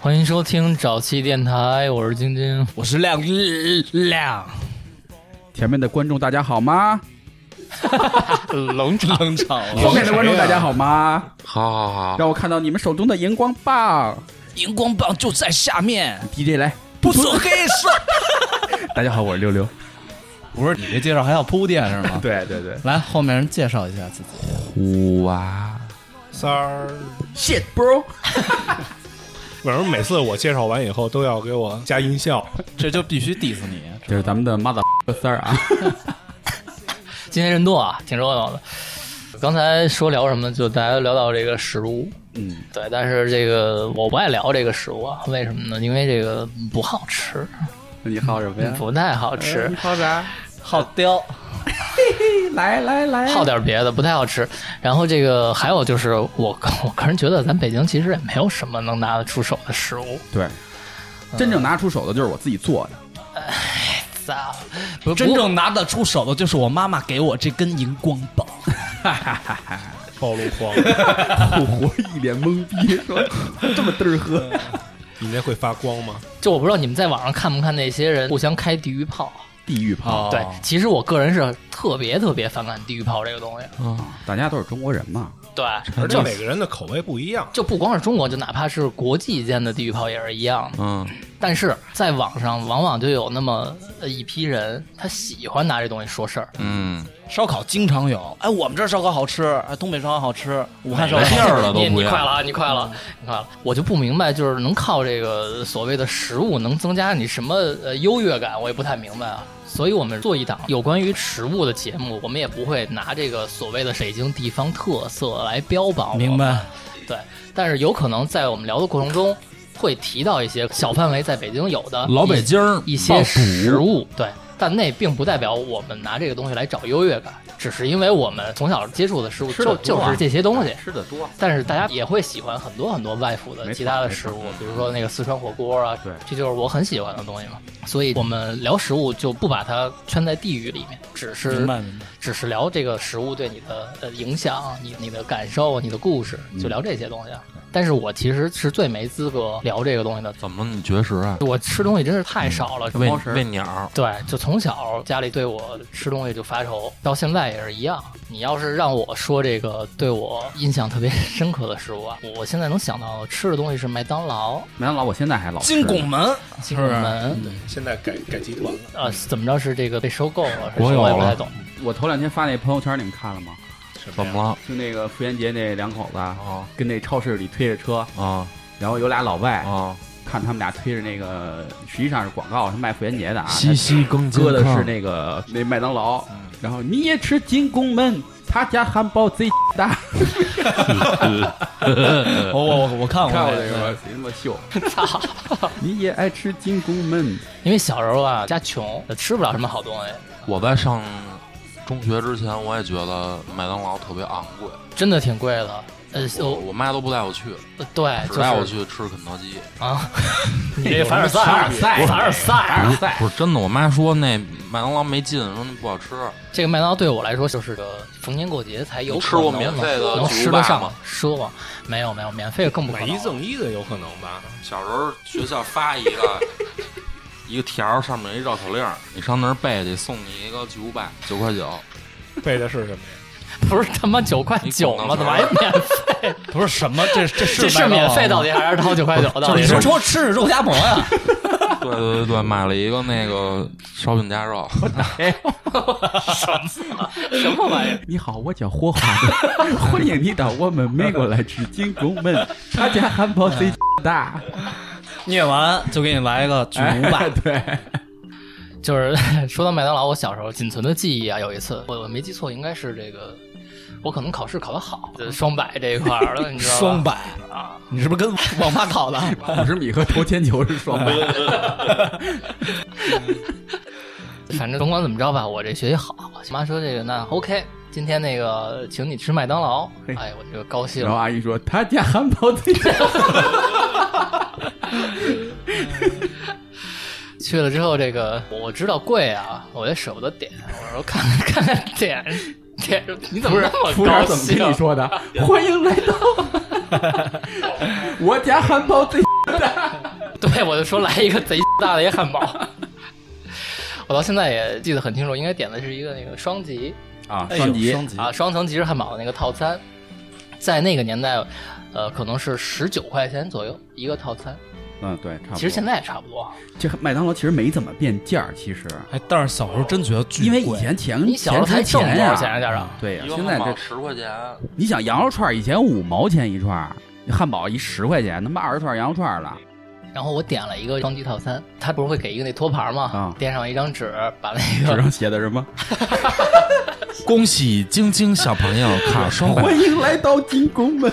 欢迎收听早期电台，我是晶晶。我是亮亮，前面的观众大家好吗？冷场冷场啊，后面的观众大家好吗？好好好，让我看到你们手中的荧光棒荧光棒就在下面， ，DJ 来。不走黑 手。大家好，我是六六。不是你这介绍还要铺垫是吗？对对对 来，后面人介绍一下自己。虎啊，三儿， ，shit bro，反正每次我介绍完以后都要给我加音效，这就必须 diss 你，这是咱们的 mother 三儿啊。今天人多啊，挺热闹的。刚才说聊什么，就大家聊到这个食物，嗯，对，但是这个我不爱聊这个食物啊，为什么呢？因为这个不好吃，你好什么呀？不太好吃，好啥？好叼，来来来，好点别的，不太好吃。然后这个还有就是我，我我个 人觉得咱北京其实也没有什么能拿得出手的食物，对，真正拿出手的就是我自己做 的。咋？不真不正拿得出手的就是我妈妈给我这根荧光棒。暴露 狂，我活一脸懵逼，说这么嘚儿喝。你那会发光吗？就我不知道你们在网上看不看那些人互相开地狱炮。地狱炮，对，其实我个人是特别特别反感地狱炮这个东西。大家都是中国人嘛。对，而且就每个人的口味不一样，就不光是中国，就哪怕是国际间的地狱炮也是一样的。嗯，但是在网上往往就有那么呃一批人，他喜欢拿这东西说事儿。嗯，烧烤经常有，哎，我们这儿烧烤好吃，哎，东北烧烤好吃，武汉烧烤没地好儿吃了都你不你要快了啊！你快了，你快了！我就不明白，就是能靠这个呃所谓的食物能增加你什么呃优越感，我也不太明白啊。所以我们做一档有关于食物的节目，我们也不会拿这个所谓的北京地方特色来标榜。明白？对，但是有可能在我们聊的过程中，会提到一些小范围在北京有的老北京儿一一爆些肚食物，对，但那并不代表我们拿这个东西来找优越感，只是因为我们从小接触的食物吃就得就多啊是这些东西。吃的多，但是大家也会喜欢很多很多外府的没错其他的食物没错，比如说那个四川火锅啊，对这就是我很喜欢的东西嘛。所以我们聊食物就不把它圈在地域里面，只明是白明白。只是聊这个食物对你的呃影响、你你的感受、你的故事，就聊这些东西啊。但是我其实是最没资格聊这个东西的，怎么你绝食啊？我吃东西真是太少了。喂猫食喂鸟，嗯对，就从小家里对啊我吃东西就发愁，到现在也是一样。你要是让我说这个对我印象特别深刻的食物啊，我现在能想到吃的东西是麦当劳、麦当劳，我现在还老吃进拱门，金拱门，现在改改集团了，呃，怎么着是这个被收购了？是国有我也不了太懂。我头两天发那朋友圈，你们看了吗？怎么了？就那个傅园杰那两口子，啊跟那超市里推着车，啊然后有俩老外，啊！看他们俩推着那个，实际上是广告，是卖妇炎洁的啊。西西更他健搁的是康，那个那麦当劳，然后你也吃进宫门，他家汉堡贼大。我我我看过 看我这这个个，吧，贼他妈哎秀！你也爱吃进宫门，因为小时候啊，家穷，吃不了什么好东西，我在上中学之前，我也觉得麦当劳特别昂贵，真的挺贵的。呃，我我哦我妈都不带我去，呃对，只就带我去是吃肯德基。啊，你这凡尔赛，啊凡尔赛凡尔赛。凡尔赛不是真的，我妈说那麦当劳没劲，说那不好吃。这个麦当劳对我来说就是个逢年过节才有你吃可能过免费的能巨无吃霸得上吗？奢望没有没有，免费更不可买能。一赠一的有可能吧？小时候学校发一个 一个条儿，上面有一绕口令儿，你上那儿背去，送你一个巨无霸，九块九。背的是什么呀？不是他妈九块九吗？你怎懂么吗还免费？不是什么，这这这是是麦当劳免费吗到底还是掏九块九到就底是是你？说吃是肉夹馍呀？对对对对，买了一个那个烧饼夹肉，什么玩意儿？你好，我叫霍华德， 欢迎你到我们美国来吃进宫门，他家汉堡贼大。念完就给你来一个巨无霸哎，对，就是说到麦当劳，我小时候仅存的记忆啊，有一次我我没记错，应该是这个，我可能考试考得好，就是双百这一块儿了，你知道吧？双百百啊！你是不是跟网吧考的？五十米和投铅球是双倍。反正甭管怎么着吧，我这学习好。我妈说这个那 OK，今天那个请你吃麦当劳。嘿哎，我这个高兴然后。阿姨说他家汉堡贼 大。去了之后，这个我知道贵啊，我也舍不得点。我说看看看看点点，你怎么那服务么高员怎么兴？跟你说的？欢迎来到我家汉堡最大。对，我就说来一个贼大的一汉堡。 我到现在也记得很清楚，应该点的是一个那个双级啊，哎呦双级双级啊，双层吉士汉堡的那个套餐，在那个年代，呃，可能是十九块钱左右一个套餐，嗯，对，差不多。其实现在也差不多。啊这麦当劳其实没怎么变价儿，其实哎，但是小时候真觉得巨贵，因为以前钱你小时候才钱挣是多少钱呀嗯钱啊，家长？对呀一，个现汉在堡这十块钱，你想羊肉串儿以前五毛钱一串儿，汉堡一十块钱，他妈二十串儿羊肉串儿了。然后我点了一个双击套餐，他不是会给一个那托盘吗？啊垫上一张纸，把那纸个上写的什么？恭喜晶晶小朋友卡双百，迎来到金宫门。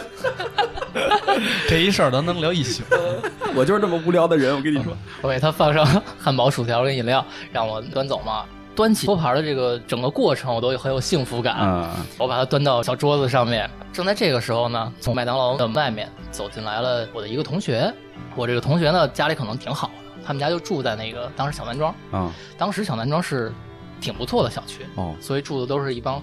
这一事儿咱能聊一宿。 我就是这么无聊的人，我跟你 说。 我给他放上汉堡、薯条跟饮料，让我端走嘛。端起托盘的这个整个过程，我都很有幸福感。啊，我把它端到小桌子上面。正在这个时候呢，从麦当劳的外面走进来了我的一个同学。我这个同学呢，家里可能挺好的，他们家就住在那个当时小南庄。啊，当时小南庄是挺不错的小区，哦，所以住的都是一帮、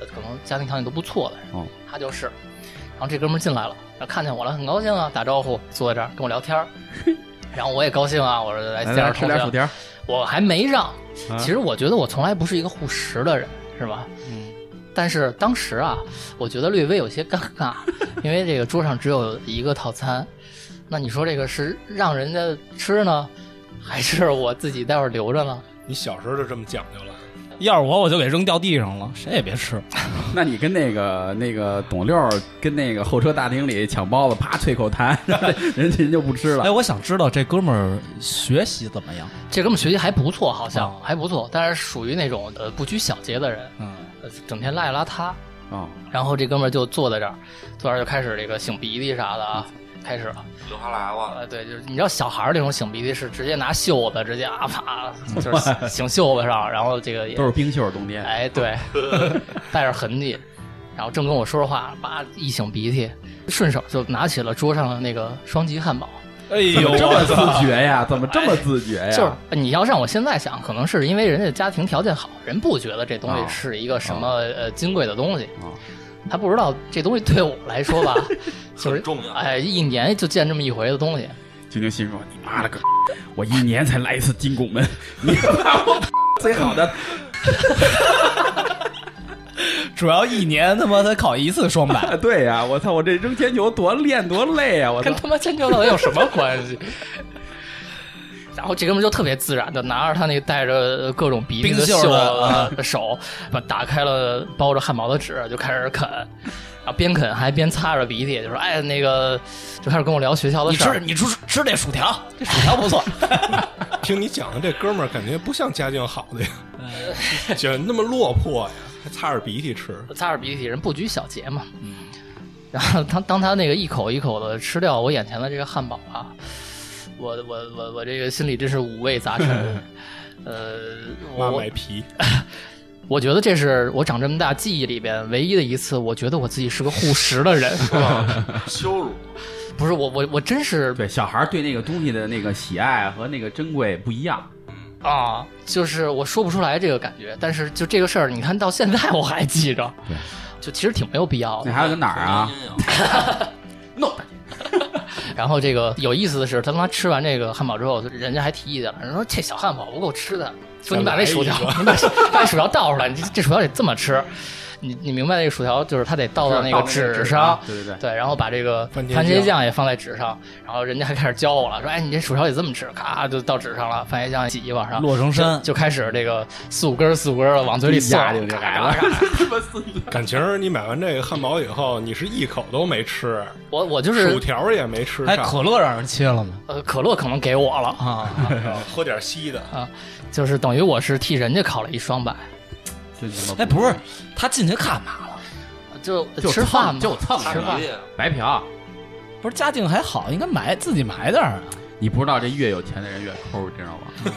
呃可能家庭条件都不错的人。哦他就是，然后这哥们儿进来了，然后看见我了，很高兴啊，打招呼，坐在这儿跟我聊天 儿。然后我也高兴啊，我说来来见着来吃同点薯学，条。我还没让。啊其实我觉得我从来不是一个护食的人，是吧？嗯，但是当时啊，我觉得略微有些尴尬，因为这个桌上只有一个套餐，那你说这个是让人家吃呢，还是我自己待会儿留着呢？你小时候就这么讲究了， 要是我我就给扔掉地上了，谁也别吃。 那你跟那个那个董六儿跟那个候车大厅里抢包子，啪啐口痰， 人家人就不吃了哎，。我想知道这哥们儿学习怎么样？这哥们学习还不错，好像哦嗯还不错，但是属于那种呃不拘小节的人，嗯，呃整天邋里邋遢。啊，然后这哥们儿就坐在这儿，坐这儿就开始这个擤鼻涕啥的啊，嗯开始了。流哈喇子。呃，对，就是你知道小孩儿那种擤鼻涕是直接拿袖子直接啊啪，就是 擤袖子上，然后这个也嗯都是冰袖儿冬天。哎， 对，带着痕迹，然后正跟我说着话，叭一擤鼻涕，顺手就拿起了桌上的那个双极汉堡。哎怎呦么这么自觉呀？怎么这么自觉呀？就是你要让我现在想，可能是因为人家家庭条件好，人不觉得这东哦西啊是一个什么、呃金贵的东西啊，他不知道这东西对我来说 吧，就是很重要哎，一年就见这么一回的东 西。金牛心说：“你妈了个，我一年才来一次金拱门，你把我最好的主要一年他妈才考一次双百，啊，对呀、我操，我这扔铅球多练多累呀、我操跟！他妈尖叫到底有什么关 系？然后这哥们就特别自然的拿着他那带着各种鼻涕冰的袖儿袖的啊子手，把打开了包着汉堡的纸就开始啃，然后边啃还边擦着鼻涕，就说：“哎，那个，就开始跟我聊学校的 你事儿吃。你吃吃这薯条，这薯条不 错。听你讲的这哥们儿感觉不像家境好的呀，就那么落魄呀，还擦着鼻涕吃。擦着鼻涕，人不拘小节嘛。嗯然后当当他那个一口一口的吃掉我眼前的这个汉堡啊，我我我我这个心里真是五味杂 陈。呃，我妈卖皮，我觉得这是我长这么大记忆里边唯一的一次，我觉得我自己是个护食的 人。啊羞辱，不是我，我我真是对，小孩儿对那个东西的那个喜爱和那个珍贵不一样。啊，就是我说不出来这个感觉。但是就这个事儿，你看到现在我还记着，对，就其实挺没有必要那的。还有个哪儿啊童？年阴影 然后这个有意思的是，他妈吃完这个汉堡之后，人家还提意见了，人说这小汉堡不够吃的，说你把那薯条，你把把薯条倒出来，你这这薯条得这么吃。你你明白那个薯条就是它得倒到那个纸上，对对对，对，然后把这个番茄番茄酱酱也放在纸上，然后人家还开始教我了，说：“哎，你这薯条也这么吃，咔就到纸上了，番茄酱挤往上，洛成就山就开始这个四五根儿四五根儿的往嘴里送，压就就来了咔咔 咔感情儿你买完这个汉堡以后，你是一口都没吃，我我就薯是条也没吃哎，上，可乐让人切了吗？呃，可乐可能给我了，啊，哎喝点稀的。就是等于我是替人家考了一双百，真他妈哎，不是，他进去干嘛了？就就吃饭蹭嘛，就蹭啊吃着饭鼻涕白嫖。不是家境还好，应该买自己买点儿啊。你不知道这越有钱的人越抠，知道 吗？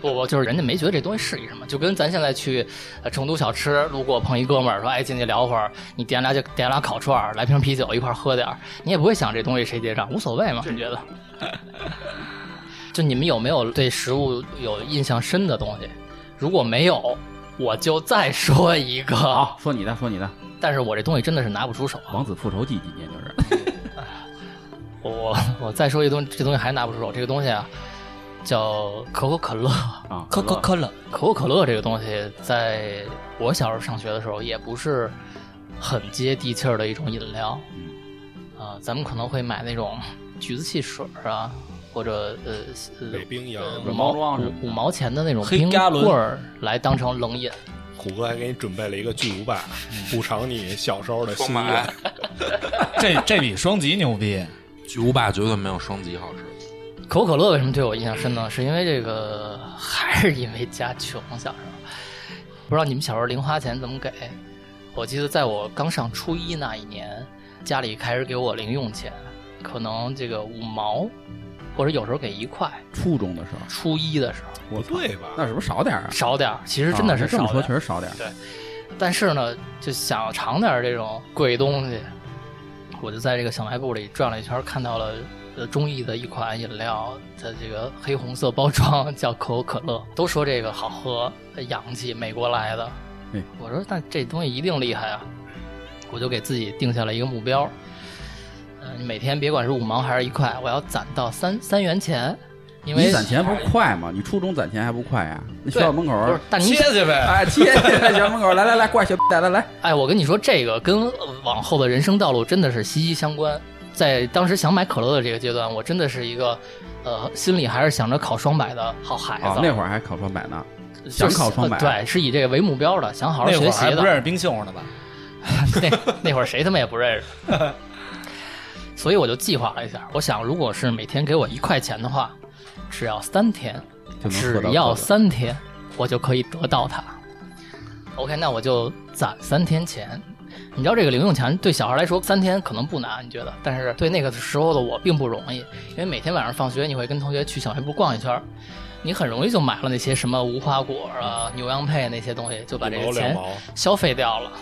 不不，就是人家没觉得这东西是一什么，就跟咱现在去呃成都小吃，路过碰一哥们儿说，哎，进去聊会儿，你点俩就点俩烤串儿，来瓶啤酒一块儿喝点儿，你也不会想这东西谁结账，无所谓嘛，你觉得？ 就你们有没有对食物有印象深的东西？如果没有，我就再说一个，好，说你的，说你的，但是我这东西真的是拿不出手啊。 《王子复仇记》今年就是。我我我再说一东，这东西还拿不出手。这个东西啊，叫可口 可乐。啊，可可可乐，可口可乐这个东西，在我小时候上学的时候，也不是很接地气儿的一种饮料。啊、咱们可能会买那种橘子汽水儿啊，或者呃北呃冰洋，呃五五毛毛装什么五五毛钱的那种黑冰加仑棍儿来当成冷饮。虎哥还给你准备了一个巨无霸，补偿你小时候的双心白愿。这这比双极牛 逼，巨无霸绝对没有双极好吃。可口可乐为什么对我印象深呢？是因为这个，还是因为家穷？小时候，不知道你们小时候零花钱怎么给？我记得在我刚上初一那一年，家里开始给我零用钱，可能这个五毛，或者有时候给一块。初中的时候，初一的时候不对吧？那是不是少点儿啊？少点儿，其实真的是啊这么少说，点确儿。实少点儿。但是呢，就想要尝点儿这种贵东西，我就在这个小卖部里转了一圈儿，看到了呃中意的一款饮料，它这个黑红色包装叫可口可乐， 都说这个好喝、呃洋气，美国来的嗯。我说那这东西一定厉害啊！我就给自己定下了一个目标，嗯、你每天别管是五毛还是一块，我要攒到三三元钱，因为你攒钱不是快吗？你初中攒钱还不快呀？那学对校门口不是儿，，但你想去呗。啊，切，在学校门口儿，来来来，过来小逼崽子来。哎，我跟你说，这个跟呃往后的人生道路真的是息息相关。在当时想买可乐的这个阶段，我真的是一个，呃，心里还是想着考双百的好孩子。啊，那会儿还考双百呢，就是想考双百呃对，是以这个为目标的，想好好那会学儿习还的不。认识冰杏儿 呢吧？ 那那会儿谁他妈也不认识。所以我就计划了一下，我想，如果是每天给我一块钱的话，只要三天，就能喝只到可要乐三天，我就可以得到它。OK，那我就攒三天钱。你知道这个零用钱对小孩来说三天可能不难，你觉得？但是对那个时候的我并不容易，因为每天晚上放学你会跟同学去小卖部逛一圈儿，你很容易就买了那些什么无花果啊、牛羊配那些东西，就把一这毛个两钱毛，消费掉了。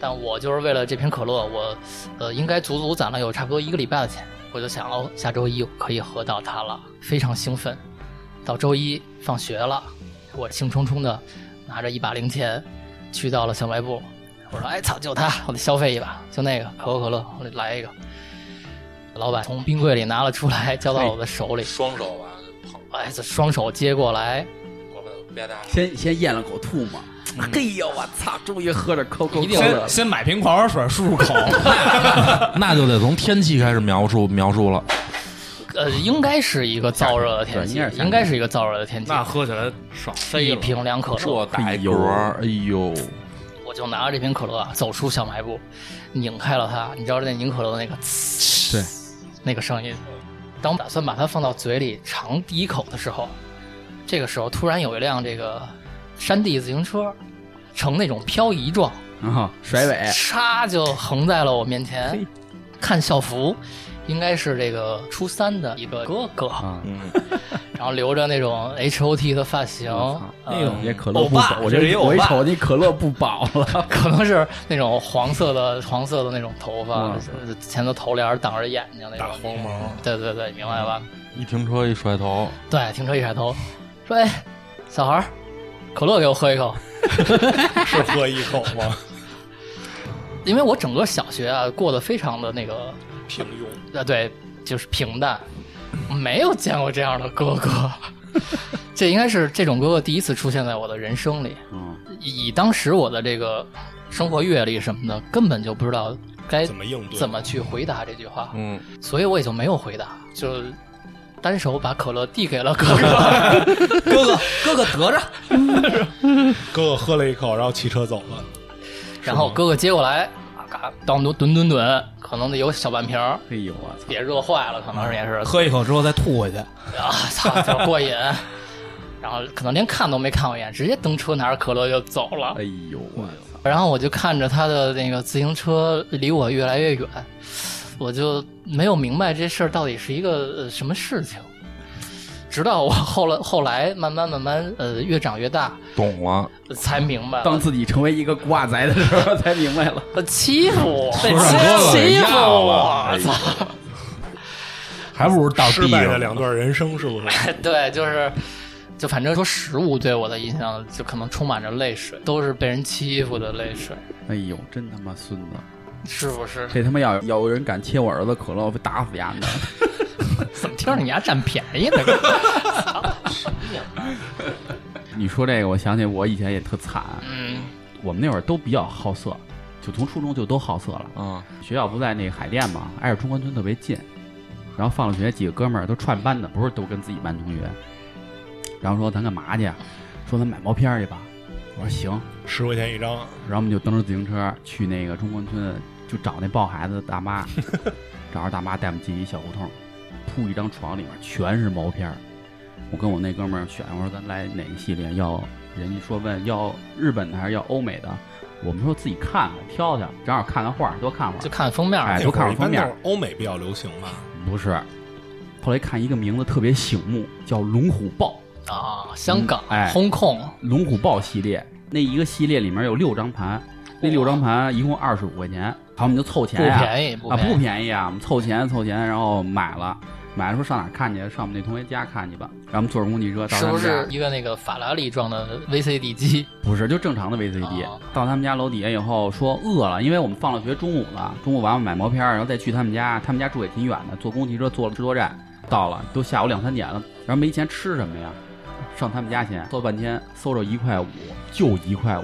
但我就是为了这瓶可乐，我呃应该足足攒了有差不多一个礼拜的钱，我就想哦，下周一我可以喝到它了，非常兴奋。到周一放学了，我兴冲冲的拿着一把零钱去到了小卖部，我说哎操，就它，我得消费一把，就那个可口可乐，我得来一个。老板从冰柜里拿了出来，交到我的手里，双手啊吧，捧哎，这双手接过来，我别打。先先咽了口吐沫。哎呦，我操！终于喝着 QQ 嗯一定可乐先了。是先买瓶矿泉水漱漱口， 那就得从天气开始描述描述了。呃，应该是一个燥热的天对气应该是，夏应该天是一个燥热的天气。那喝起来爽一飞了。瓶凉可乐，这大一哎呦格，哎呦，我就拿着这瓶可乐啊，走出小卖部，拧开了它。你知道那拧可乐的那个呲，对，那个声音。当我打算把它放到嘴里尝第一口的时候，这个时候突然有一辆这个山地自行车，呈那种漂移状，啊，甩尾，唰就横在了我面前嘿。看校服，应该是这个初三的一个哥哥，啊嗯，然后留着那种 H O T 的发型我操，呃我这哎可欧乐不巴饱，嗯我这这里有我一欧巴瞅那可乐不饱 了。可能是那种黄色的黄色的那种头发，嗯呃前头头帘儿挡着眼睛那种大嗯黄毛。对对对，明白吧？一停车一甩头，对，停车一甩头，说：“哎，小孩儿，可乐给我喝一口。是喝一口吗？”因为我整个小学啊过得非常的那个，平庸，呃，对，就是平淡，没有见过这样的哥哥。 这应该是这种哥哥第一次出现在我的人生里。嗯，以当时我的这个生活阅历什么的，根本就不知道该 怎么应对？怎么去回答这句话。嗯，所以我也就没有回答，就单手把可乐递给了哥哥。 哥哥，哥哥得 着，哥哥喝了一口，然后骑车走了。然后哥哥接过来，啊，嘎，当都吨吨吨，可能得有小半瓶儿， 哎呦，我操！也热坏了，可能是也是，喝一口之后再吐回去。啊，操，就过瘾。 然后可能连看都没看我一眼，直接蹬车拿着可乐就走了哎。呦，我操！然后我就看着他的那个自行车离我越来越远，我就没有明白这事儿到底是一个、呃、什么事情。直到我后来后来慢慢慢慢呃越长越大，懂了，才明白了当自己成为一个瓜仔的时候，才明 白了。他欺负我，被让哥哥给欺负压了我，啊哎操！还不如到失地败的上。两段人生是不是？对，就是，就反正说食物对我的印象就可能充满着泪水，都是被人欺负的泪水。哎呦，真他妈孙子！是不是？这他妈要有人敢切我儿子可乐，我被打死丫 的！怎么听着你丫占便宜呢？ 你说这个，我想起我以前也特惨，嗯，我们那会儿都比较好色，就从初中就都好色了。嗯，学校不在那个海淀嘛，挨着中关村特别近。然后放了学，几个哥们儿都串班的，不是都跟自己班同学。然后说咱干嘛去啊？说咱买毛片儿去吧。我说行。十块钱一张，然后我们就蹬着自行车去那个中关村，就找那抱孩子的 大妈，找着大妈带我们进一小胡同，铺一张床，里面全是毛片儿。我跟我那哥们儿选，我说咱来哪个系列？要人家说问要日本的还是要欧美的？我们说自己看看挑挑，正好看看画儿，多看会儿就。看封面儿。哎那都会看儿着一般封面都是欧美比较流行吧？ 不是，后来看一个名字特别醒目，叫《龙虎豹啊，香港、嗯哎轰控，》，龙虎豹系列那一个系列里面有六张盘，那六张盘一共二十五块钱，好，我们就凑不钱呀、便宜，不啊，便不宜，便宜啊，我们凑钱凑钱，然后买了，买了说上哪儿看去？上我们那同学家看去吧。然后我们坐着公汽车到是他不们是家，一个那个法拉利装的 VCD 机？不是就正常的 VCD，、哦到他们家楼底下以后说饿了，因为我们放了学中午了，中午完了买毛片儿，然后再去他们家，他们家住也挺远的，坐公汽车坐了十多站，到了都下午两三点了，然后没钱吃什么呀？上他们家先搜半天，搜着一块五，就一块五。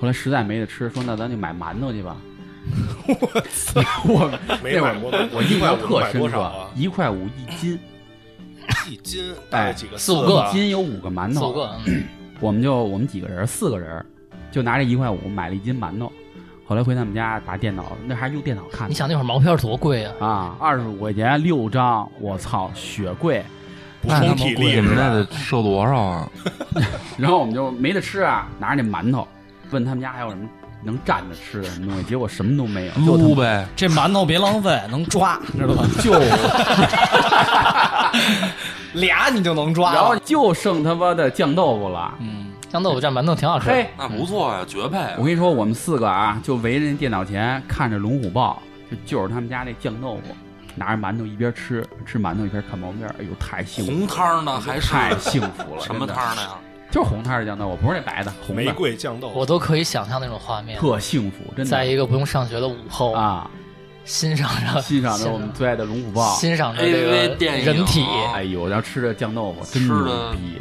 后来实在没得吃，说那咱就买馒头去吧。 我操！我没那会买儿过，我一印块象五能特买深多少刻啊，？一块五一斤，一斤大哎概几个？四五个个吧一，斤有五个馒四头。五个， 嗯我们就我们几个人，四个人，就拿这一块五买了一斤馒头。后来回他们家把电脑，那还是用电脑看你的想那会儿毛片儿多贵啊？啊，二十五块钱六张，我操，血贵。补充体力你是们那吧？得瘦多少啊？然后我们就没得吃啊，拿着那馒头问他们家还有什么能蘸着吃的什么东西，结果什么都没有，就他撸们呗，这馒头别浪费，能抓，知道吧？就， 俩你就能抓然后了。就剩他妈的酱豆腐了。香豆腐蘸馒头挺好吃的。嘿，那不错呀，绝配啊我！跟你说，我们四个啊，就围着那电脑前看着《龙虎豹》，就就是他们家那酱豆腐，拿着馒头一边吃吃馒头一边看毛片儿，哎呦，太幸福红了，汤啊呢还是太幸福了，什么真的汤呢？就是红汤的酱豆腐，不是那白的，红玫的，瑰酱豆我腐，都可以想象那种画面，特幸福，真的。在一个不用上学的午后，啊，欣赏着欣赏 着我们最爱的《龙虎豹》，欣赏着这个 AV 电影啊人体，哎呦，然后吃着酱豆腐，真吃牛的逼，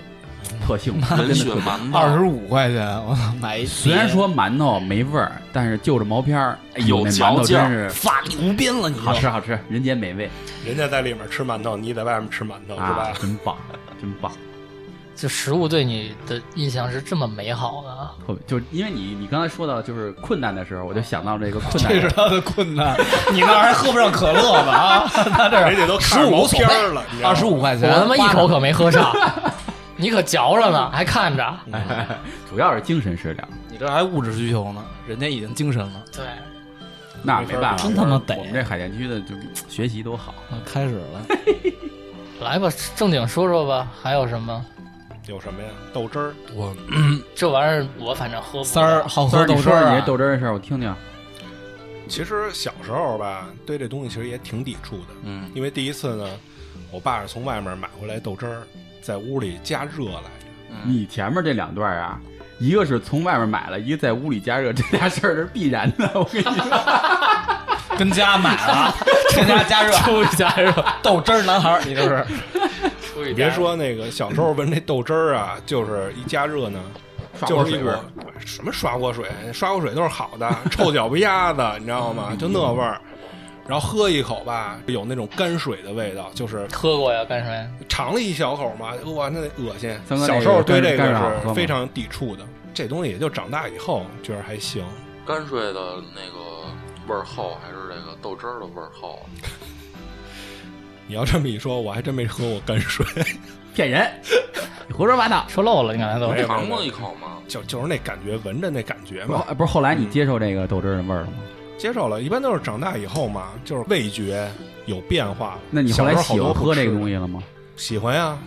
特幸福， 真人的血特幸福。馒头，二十五块钱，我操，买一虽然说馒头没味儿，但是就着毛片儿，哎呦，有那嚼馒头劲真儿是法力无边了，你好吃好吃，人间美味人家在里面吃馒头，你在外面吃馒头是啊吧，？真棒，真棒。就食物对你的印象是这么美好的啊。特别，就是因为你你刚才说到就是困难的时候，我就想到这个困难这的是他的困难。 你那儿还喝不上可乐呢啊？ 他这人家都十看着五毛片儿了，二十五块我钱，啊他妈一口可没喝 上，你可嚼着呢，还看着。哎主要是精神食粮，你这还物质需求呢，人家已经精神了，对，那没办法，真他妈得我们这海淀区的就学习都好，啊开始了。来吧，正经说说吧，还有什么？有什么呀？豆汁儿，我这玩意儿我反正喝不三儿了好喝三儿，你豆汁说说儿你啊这，豆汁儿的事儿，我听听。其实小时候吧，对这东西其实也挺抵触的，嗯，因为第一次呢，我爸是从外面买回来豆汁儿，在屋里加热来着。嗯你前面这两段啊，一个是从外面买了，一个在屋里加热，这俩事儿是必然的。我跟你说，跟家买 了，跟家加热，出去加热，豆汁儿男孩儿，你这是你别说那个小时候闻那豆汁儿啊，就是一加热呢，刷锅就是一水股味儿什么刷锅水，刷锅水都是好的，臭脚不鸭子，你知道吗？就那味儿。然后喝一口吧，有那种泔水的味道，就是喝过呀，干什么呀？尝了一小口嘛，哇，那恶心！三哥那小个时候泔对这泔水好个喝吗是非常抵触的，这东西也就长大以后觉得还行。泔水的那个味儿厚，还是这个豆汁儿的味儿厚？啊你要这么一说，我还真没喝过泔水，骗人，你胡说八道。说漏了，你刚才都 没有尝过一口吗？就就是那感觉，闻着那感觉不嘛，哦是，不是后来你接受这个豆汁儿的味儿了吗？接受哦了。一般都是长大以后嘛，就是味觉有变化。那你后来小时候喜好欢多喝这个东西？西了吗？喜欢呀、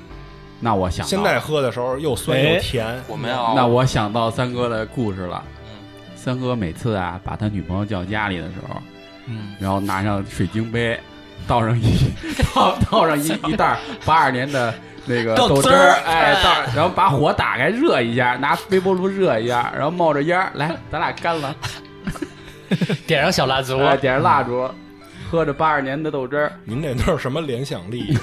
那我想到现在喝的时候又酸又甜，我没有。哦那我想到三哥的故事了。嗯三哥每次啊，把他女朋友叫家里的时候，嗯，然后拿上水晶杯，倒上一倒倒上一一袋八二年的那个豆豆汁汁儿儿，哎，倒，然后把火打开热一下，拿微波炉热一下，然后冒着烟儿，来，咱俩干了。点上小蜡烛，啊哎，点着蜡烛，喝着八二年的豆汁儿，您这都是什么联想 力？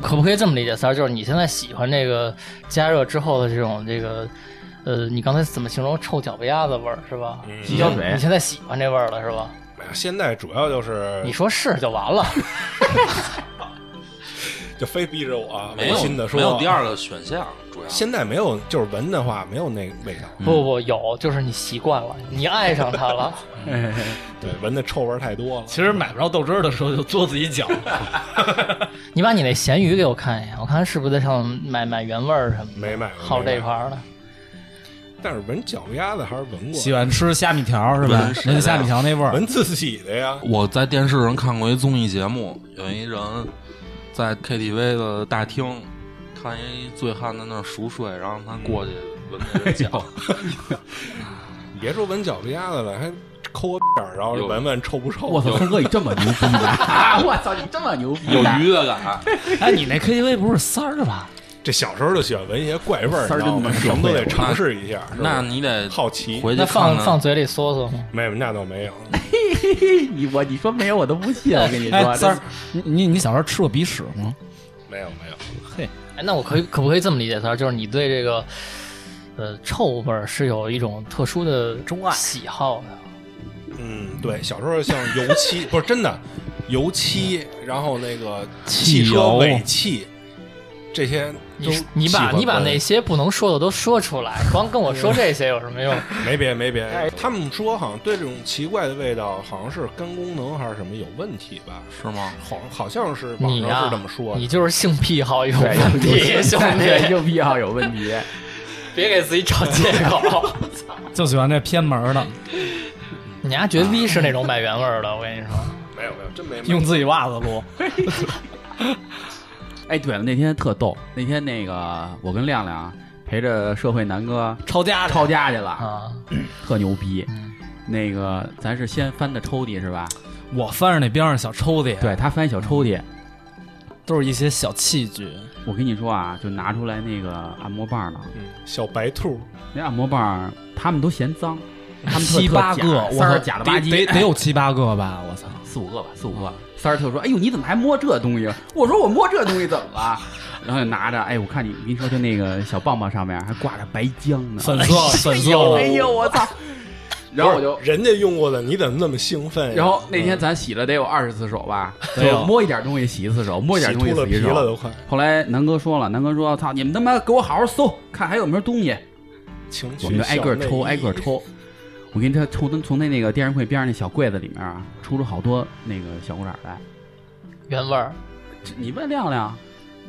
可不可以这么理解，三儿？就是你现在喜欢这个加热之后的这种这个，呃，你刚才怎么形容臭脚背鸭子味儿是吧？嗯洗脚水你现在喜欢这味儿了是吧？哎现在主要就是你说是就完了。就非逼着我，没有无心的说，没有第。二个选项，主要现在没有，就是闻的话没有那味道，不不不，有就是你习惯了，你爱上它了。对，闻的臭味儿太多了。其实买不着豆汁儿的时候就嘬自己脚，你把你那咸鱼给我看一眼，我看是不是在上面买买原味儿什么的。没买过好没这买一盘的，但是闻脚丫子还是闻喜过，欢吃虾米条是吧对？是人家虾米条那味儿，闻自己的呀。我在电视上看过一综艺节目，有一人在 KTV 的大厅看一醉汉在那儿熟睡，然后他过去闻那 个脚，你别说闻脚丫子了，还抠个屁儿，然后有闻闻臭不哦臭？我操，坤哥你这么牛逼的， 我操你这么牛逼啊有的，愉悦感。哎，你那 KTV 不是三儿吧？这小时候就喜欢闻一些怪味儿，你三儿知道真他吗？妈什么都社会得了尝试一下。是吧那你得好奇回去那放看看放嘴里嗦嗦吗？没有，那倒没有。 你我你说没有我都不信，我跟你哎，说，三儿，你你你小时候吃过鼻屎吗？没有没有，哎，那我可以可不可以这么理解，三儿？就是你对这个呃臭味儿是有一种特殊的钟爱喜好的。嗯，对，小时候像油漆，不是真的油漆，然后那个汽汽车油尾气这些都你你把喜欢你把闻那些不能说的都说出来，光跟我说这些有什么用？没别没别，他们说好像对这种奇怪的味道，好像是肝功能还是什么有问题吧？是吗？好，好像是网你呀、上是这么说你的。就是性癖好有 对，问 题，兄 对弟，有必要有问题。别给自己找借口。就喜欢这偏门儿的，你丫绝逼是那种买原味儿的，我跟你说。没有没有，真没用自己袜子撸。哎，对了，那天特逗，那天那个我跟亮亮陪着社会南哥抄家抄家去了，啊，特牛逼。嗯那个咱是先翻的抽屉是吧？我翻着那边上小抽屉，对他翻一小抽屉，都是一些小器具。我跟你说啊，就拿出来那个按摩棒了。嗯，小白兔，那按摩棒他们都嫌脏，他们特七八个，特假我三操儿假了吧唧，得得得有七八个吧？我操！四五个吧，四五嗯个。三儿就说：“哎呦，你怎么还摸这东 西？”我说：“我摸这东西怎么了？”然后就拿着，哎，我看你，我跟你说，就那个小棒棒上面还挂着白浆呢。粉色粉色哎的，呦，我操！然后我就不，是嗯人家用过的，你怎么那么兴奋呀？然后那天咱洗了得有二十次手吧，对就哦摸一点东西洗一次手，摸一啊洗点东西秃了洗皮一次了手。都快，后来南哥说了，南哥说：“操，你们他妈给我好好搜，看还有没有东西。”情趣我们就挨个小抽，内衣挨个。抽。我跟你说，从从那那个电视柜边上那小柜子里面啊，抽出好多那个小裤衩来。原味儿，这你问亮亮，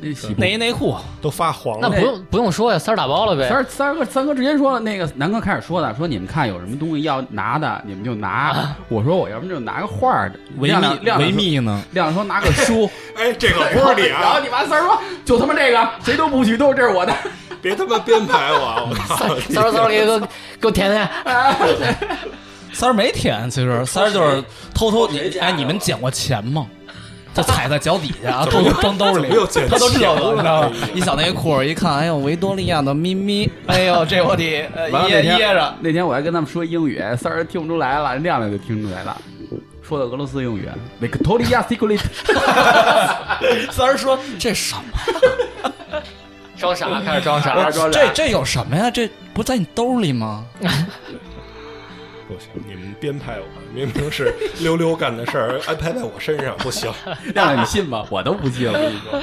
那洗不内衣内裤，都发黄那了，不用不用说呀，三儿打包了呗。三儿三儿哥三哥直接说了，那个南哥开始说的，说你们看有什么东西要拿的，你们就拿。我说我要不就拿个画儿，维亮亮密亮维亮说密呢？亮亮说拿个 书，哎，这可不是 你然后啊！你妈三儿说就他妈这个，谁都不许动，这是我的。 别他妈编排我啊，我操！ 三儿三儿给我给我舔舔，三儿没舔，其实三儿就是偷偷你哎，你们捡过钱吗？就踩在脚底下啊，偷偷装兜里怎么又捡，他都知道了，钱了你知道吗哎呀？一小内裤一看，哎呦，维多利亚的咪咪，哎呦，这我得呃完了那掖天掖着。那天我还跟他们说英语，三儿听不出来了，亮亮就听出来了，说的俄罗斯英语，Victoria Secret。 三儿说这什么？装傻开始装傻。我说这这有什么呀？这不在你兜里吗？不行，你们编排我，明明是溜溜干的事儿， 安排在我身上，不 行。 亮亮，你信吗？我都不信，我跟你说，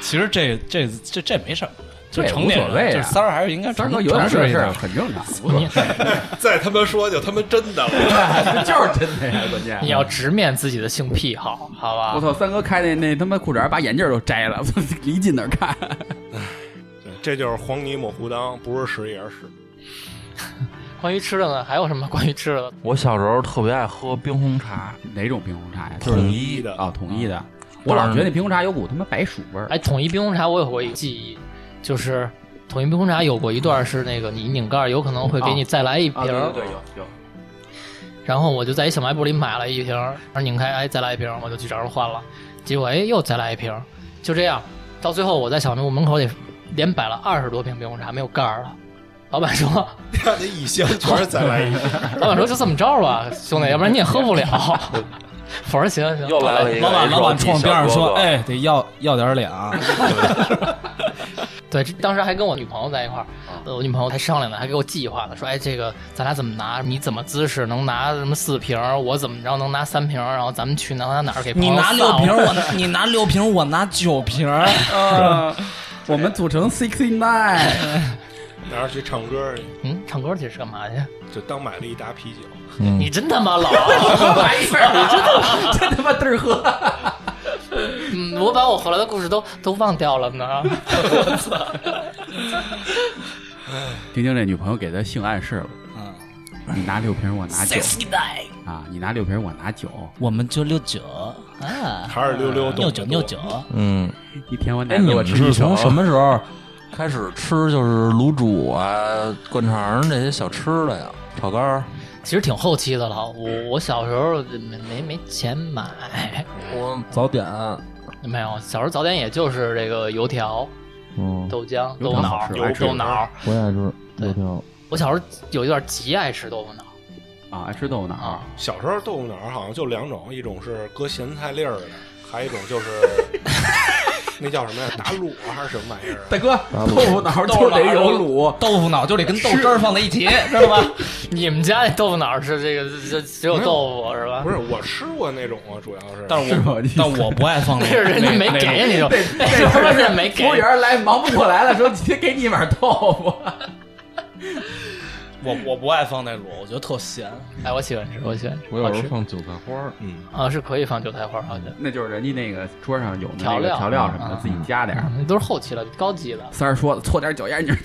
其实这这这这没什么，就对成年无所谓人，啊就是三儿还是应该三成哥有点成事事儿一事点儿。很正常，再他妈说就他妈真的 了，就是真的呀，关键你要直面自己的性癖好，好我吧？操，三哥开那那他妈裤衩把眼镜儿都摘了， 离近点儿看。这就是黄泥抹胡裆，不是屎也是屎。关于吃的呢，还有什么关于吃的？我小时候特别爱喝冰红茶，啊哪种冰红茶呀？就是统一的，啊，统一的。我老觉得那冰红茶有股他妈白薯味儿。哎，统一冰红茶我有过一个记忆，就是统一冰红茶有过一段是那个你拧盖儿有可能会给你再来一啊瓶儿，有有。然后我就在一小卖部里买了一瓶儿，然后拧开哎再来一瓶儿，我就去找人换了，结果哎又再来一瓶儿，就这样，到最后我在小卖部门口得连摆了二十多瓶冰红茶，没有盖儿了。啊、老板说， 看那一箱全是再来一 箱，老板说就这么着吧，兄弟，要不然你也喝不了。我说行行，又来了一个老哎板，老板冲边上说：“哎。哎，得要要点脸啊对，这当时还跟我女朋友在一块儿，呃我女朋友还商量呢，还给我计划呢，说，哎，这个咱俩怎么拿？你怎么姿势能拿什么四瓶？我怎么着能拿三瓶？然后咱们去哪哪哪儿给！”朋你友拿散六瓶，了我拿你拿六瓶，我拿九瓶。呃 我们组成 sixty nine， 然后去唱歌去，嗯，唱歌去是干嘛去？就当买了一打啤酒。你真他妈老！真他妈嘚儿喝。嗯，我把我后来的故事都都忘掉了呢。 丁丁这女朋友给他性暗示了，嗯你拿六瓶，我拿九啊，你拿六瓶，我拿九，我们就六九啊，还是溜溜懂六得九多六九，嗯，一天我奶哎，给你我们吃是一手从。什么时候开始吃就是卤煮啊、灌肠这些小吃的呀？炒肝儿，其实挺后期的了，我我小时候没没没钱买，我早点，没有，小时候早点也就是这个油条、嗯，豆浆、油豆条脑好吃儿、爱吃豆脑儿。我也是，对也挺好。我小时候有一段极爱吃豆腐脑儿啊，爱吃豆腐脑儿啊， 小时候豆腐脑儿好像就两种，一种是搁咸菜粒儿的，还有一种就是 那叫什么呀？打卤还是什么玩意儿啊？大哥，卤腐脑儿就得有卤，豆腐脑就得跟豆汁儿放在一起，知道吧？你们家那豆腐脑儿是这个就只有豆腐是吧啊不？是，我吃过那种啊，主要是。但是是吧我但我不爱放那那是个，人家没给呀，你就那是不是没给服务？员来忙不过来了，说今天给你一碗豆腐。我我不爱放那卤，我觉得特咸。哎，我喜欢吃，我喜欢吃，我有好时吃候放韭菜花儿，嗯啊，是可以放韭菜花儿，好像那就是人家那个桌上有的调那个料调料什么的，嗯自己加点儿。那都是后期了，高级了。三儿说了，搓点儿脚丫 泥儿。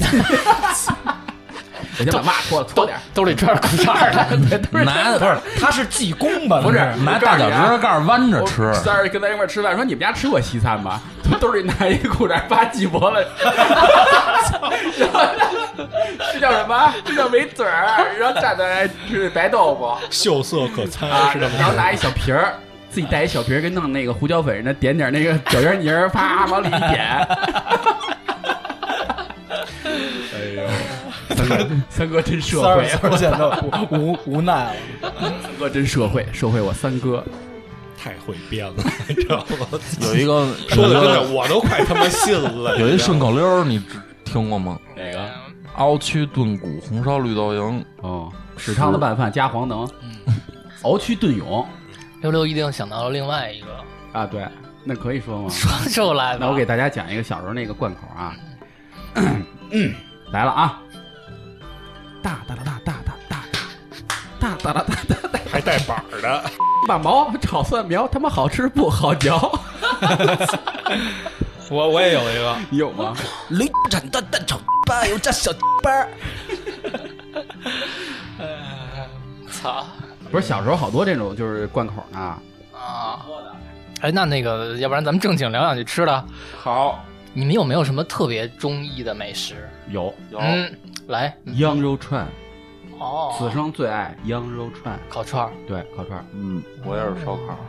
我先把袜脱了，搓兜点儿。兜里揣着裤衩儿 的，拿不是，他是济公吧？不是那拿大脚趾盖弯着吃，啊我三儿跟咱一块儿吃饭，说你们家吃过西餐吗？ 从兜里拿一裤衩，扒系脖了， 然后这叫什么？这叫围嘴儿，然后站起来吃白豆腐秀色可餐啊， 是这么然后说的。拿一小瓶儿。自己带一小瓶儿，跟弄那个胡椒粉似的，点点那个脚丫泥儿，啪 往里一点。 哎 呦，三哥，三哥真社三会啊儿，出现的无无无奈了。三哥真社会，社会我三哥。太会编了，你知道吗？有一个 说的真的，我都快他妈信了。 有一你知道顺吗口溜儿，你知听过吗？ 哪个？凹曲炖骨，红烧绿豆蝇。哦，屎汤子拌饭加黄能，嗯 熬曲炖蛹溜溜一定想到了另外一个，啊，对，那可以说吗？说出来吧。那我给大家讲一个小时候那个贯口啊，嗯， 来了啊，大大大大大大大大大大大大大还带板儿的，把毛 炒蒜苗，他妈好吃不好嚼？我我也有一个，你 有吗？驴铲蛋蛋炒吧，有炸小班操不是小时候好多这种就是贯口呢，啊！哎，那那个，要不然咱们正经聊两句吃的。好你们有没有什么特别中意的美食？有有嗯，来羊肉串，哦，此生最爱羊肉串，烤串儿，对，烤串。嗯，我也是烧烤。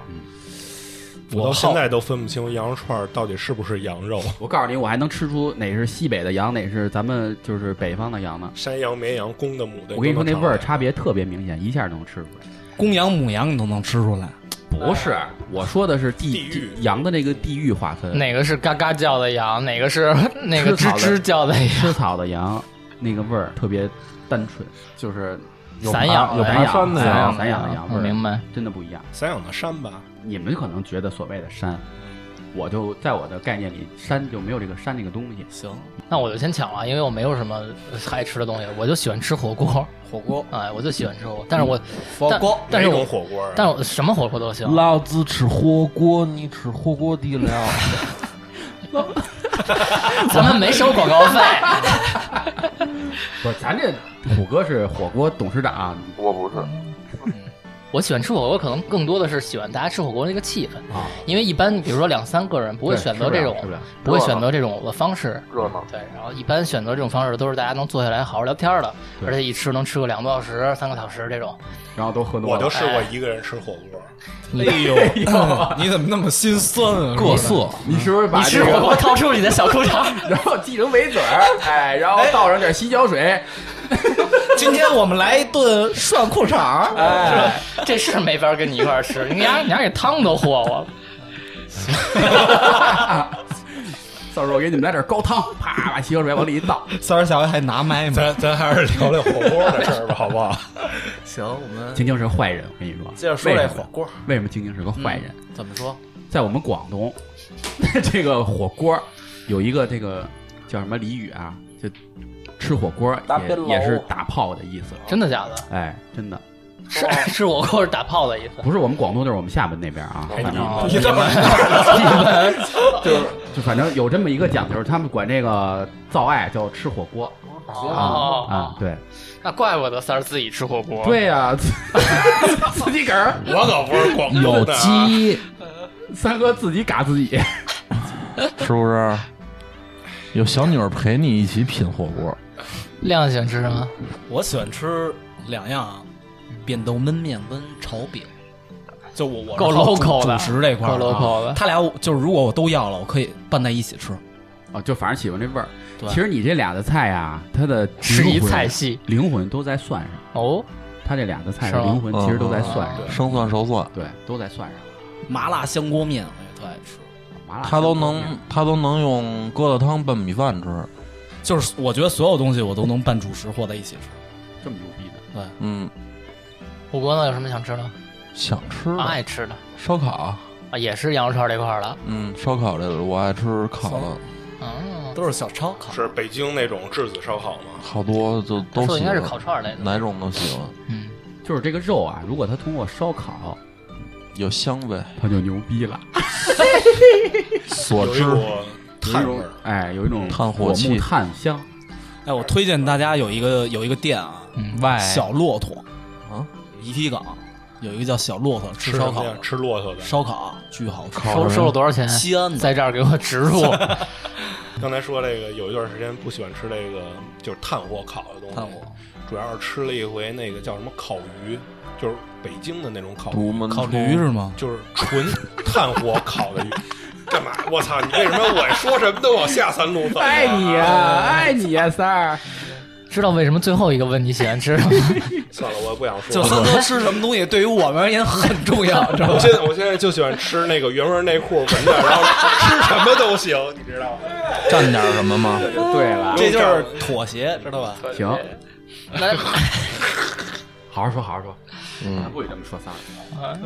我到现在都分不清羊肉串儿到底是不是羊肉，我告诉你，我还能吃出哪是西北的羊，哪是咱们就是北方的羊呢。山羊、绵羊、公的、母的。我跟你说，都能那味儿尝差别特别明显，一下能吃出来。公羊母羊你都能吃出来，不是，我说的是地嗯地域地羊的那个地域划分，哪个是嘎嘎叫的羊，哪个是那个吃吱草的吱叫的羊？ 吃草的羊那个味儿特别单纯，就是有散养爬有的散呀养散养散散养养的的羊我味儿，明白？真的不一样。散养的山吧，你们可能觉得所谓的山，我就在我的概念里，山就没有这个山这个东西。行，那我就先抢了，因为我没有什么爱吃的东西，我就喜欢吃火锅。火锅哎，我就喜欢吃火锅，但是嗯我火锅但但是哪我种火锅啊？但我什么火锅都行。老子吃火锅，你吃火锅底料。咱们没收广告费， 不是，咱这虎哥是火锅董事长，我不是，我喜欢吃火锅，可能更多的是喜欢大家吃火锅那个气氛啊因为一般比如说两三个人不会对选吃择不了这种吃不了不会选择这种的方式，热闹。对，然后一般选择这种方式都是大家能坐下来好好聊天的，对而且一吃能吃个两个多小时、三个小时这种。 然后都喝多我了都。试过一个人吃火锅，哎呦，你怎么那么心酸啊？各色，你是不是把你这吃个 火锅掏出你的小裤衩，然后系成围嘴儿，哎，然后倒上点洗脚水，今天我们来一顿涮裤衩儿，哎，这是没法跟你一块儿 吃，你俩你俩给汤都和我了。到时候我给你们来点高汤，啪把洗手水往里一倒。三儿下回还拿麦吗？咱咱还是聊 聊火锅的事儿吧，好不好？行，我们晶晶是坏人，我跟你说。接着说为这什火么锅。嗯为什么晶晶是个坏人？怎么说？在我们广东， 这个火锅有一个这个叫什么俚语啊？就吃火锅打也边炉也是打炮的意思。真的假的？哎，真的是是我给我打炮的意思。不是我们广东，就是我们厦门那边啊。哎反正你这么就反正有这么一个讲究，他们管这个造爱叫吃火锅啊哦啊，对那怪不得三儿自己吃火锅。，对呀，哦 自己个儿我可不是广有东的啊，鸡，三哥自己嘎自己。是不是？有小女儿陪你一起品火锅，亮喜欢吃什么？我喜欢吃两样啊，扁豆焖面跟炒饼。就我我是够好主 local 的主食这块儿啊够 local 的他俩我就是如果我都要了，我可以拌在一起吃。啊，就反正喜欢这味儿。对其实你这俩的菜啊，它的吃一灵魂菜系灵魂都在算上。哦，它这俩的菜是的吗灵魂其实都在嗯算上，生蒜熟蒜，对，都在算上。麻辣香锅面我也特爱吃，麻辣她都香锅面能她都能用疙瘩汤拌米饭吃。就是我觉得所有东西我都能拌主食和在一起吃。这么牛逼的，嗯，火锅呢有什么想吃的？想吃的啊爱吃的烧烤，啊，也是羊肉串这块儿的。嗯，烧烤这个我爱吃烤的，嗯，都是小烧烤，是北京那种质子烧烤吗？好多就都说的喜应该是，欢烤串儿类的。哪种都喜欢，嗯，就是这个肉啊，如果它通过烧烤，有香味，它就牛逼了。所有一知股碳味儿，哎，有一种炭火火木气炭香，哎，我推荐大家有一个有一个店啊，外小骆驼啊，怡体港有一个叫小骆驼吃吃烧什烤么呀的，吃骆驼的。烧烤巨好吃。烤收什收么了多少钱？西安的在这儿给我植入。刚才说这个有一段时间不喜欢吃这个就是炭火烤的东西，炭火主要是吃了一回那个叫什么烤鱼，就是北京的那种烤鱼，独门烤出驴是吗？就是纯炭火烤的鱼。干嘛？我操！你为什么我说什么都往下三路走、啊？哎爱你哎呀、爱你呀、三儿。知道为什么最后一个问你喜欢吃什么？算了，我也不想说就了。三哥吃什么东西对于我们而言很重要，知道我吧？现在我现在就喜欢吃那个原味内裤闻着，然后吃什么都行，你知道吗？ 蘸点什么吗？对了，这就是妥协，知道吧？行，来，好好说，好好说。啊嗯，不许这么说三儿。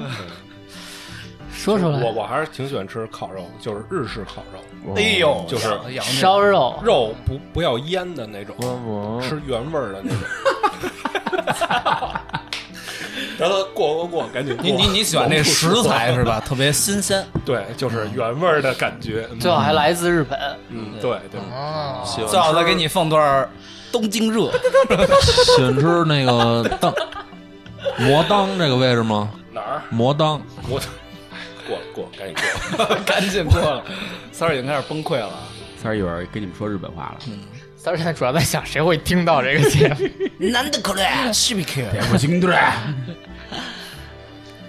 说出我来。我还是挺喜欢吃烤肉，就是日式烤肉，哦哎呦，就是烧肉，肉不不要腌的那种，我 吃原味儿的那种。然后过过过，赶紧过你你你喜欢这食材是？吧？特别新鲜，对，就是原味儿的感觉。最好还来自日本。嗯，对对，哦，喜最好欢再给你放段儿东京 热，吃喜欢吃那个当魔当这个位置吗？哪儿？魔当我过了过了，赶紧过。 赶紧过来。三儿已经开始崩溃了，三儿一会儿跟你们说日本话了，三儿现在主要在想谁会听到这个节目。难得可乐，是不是？也不清楚了。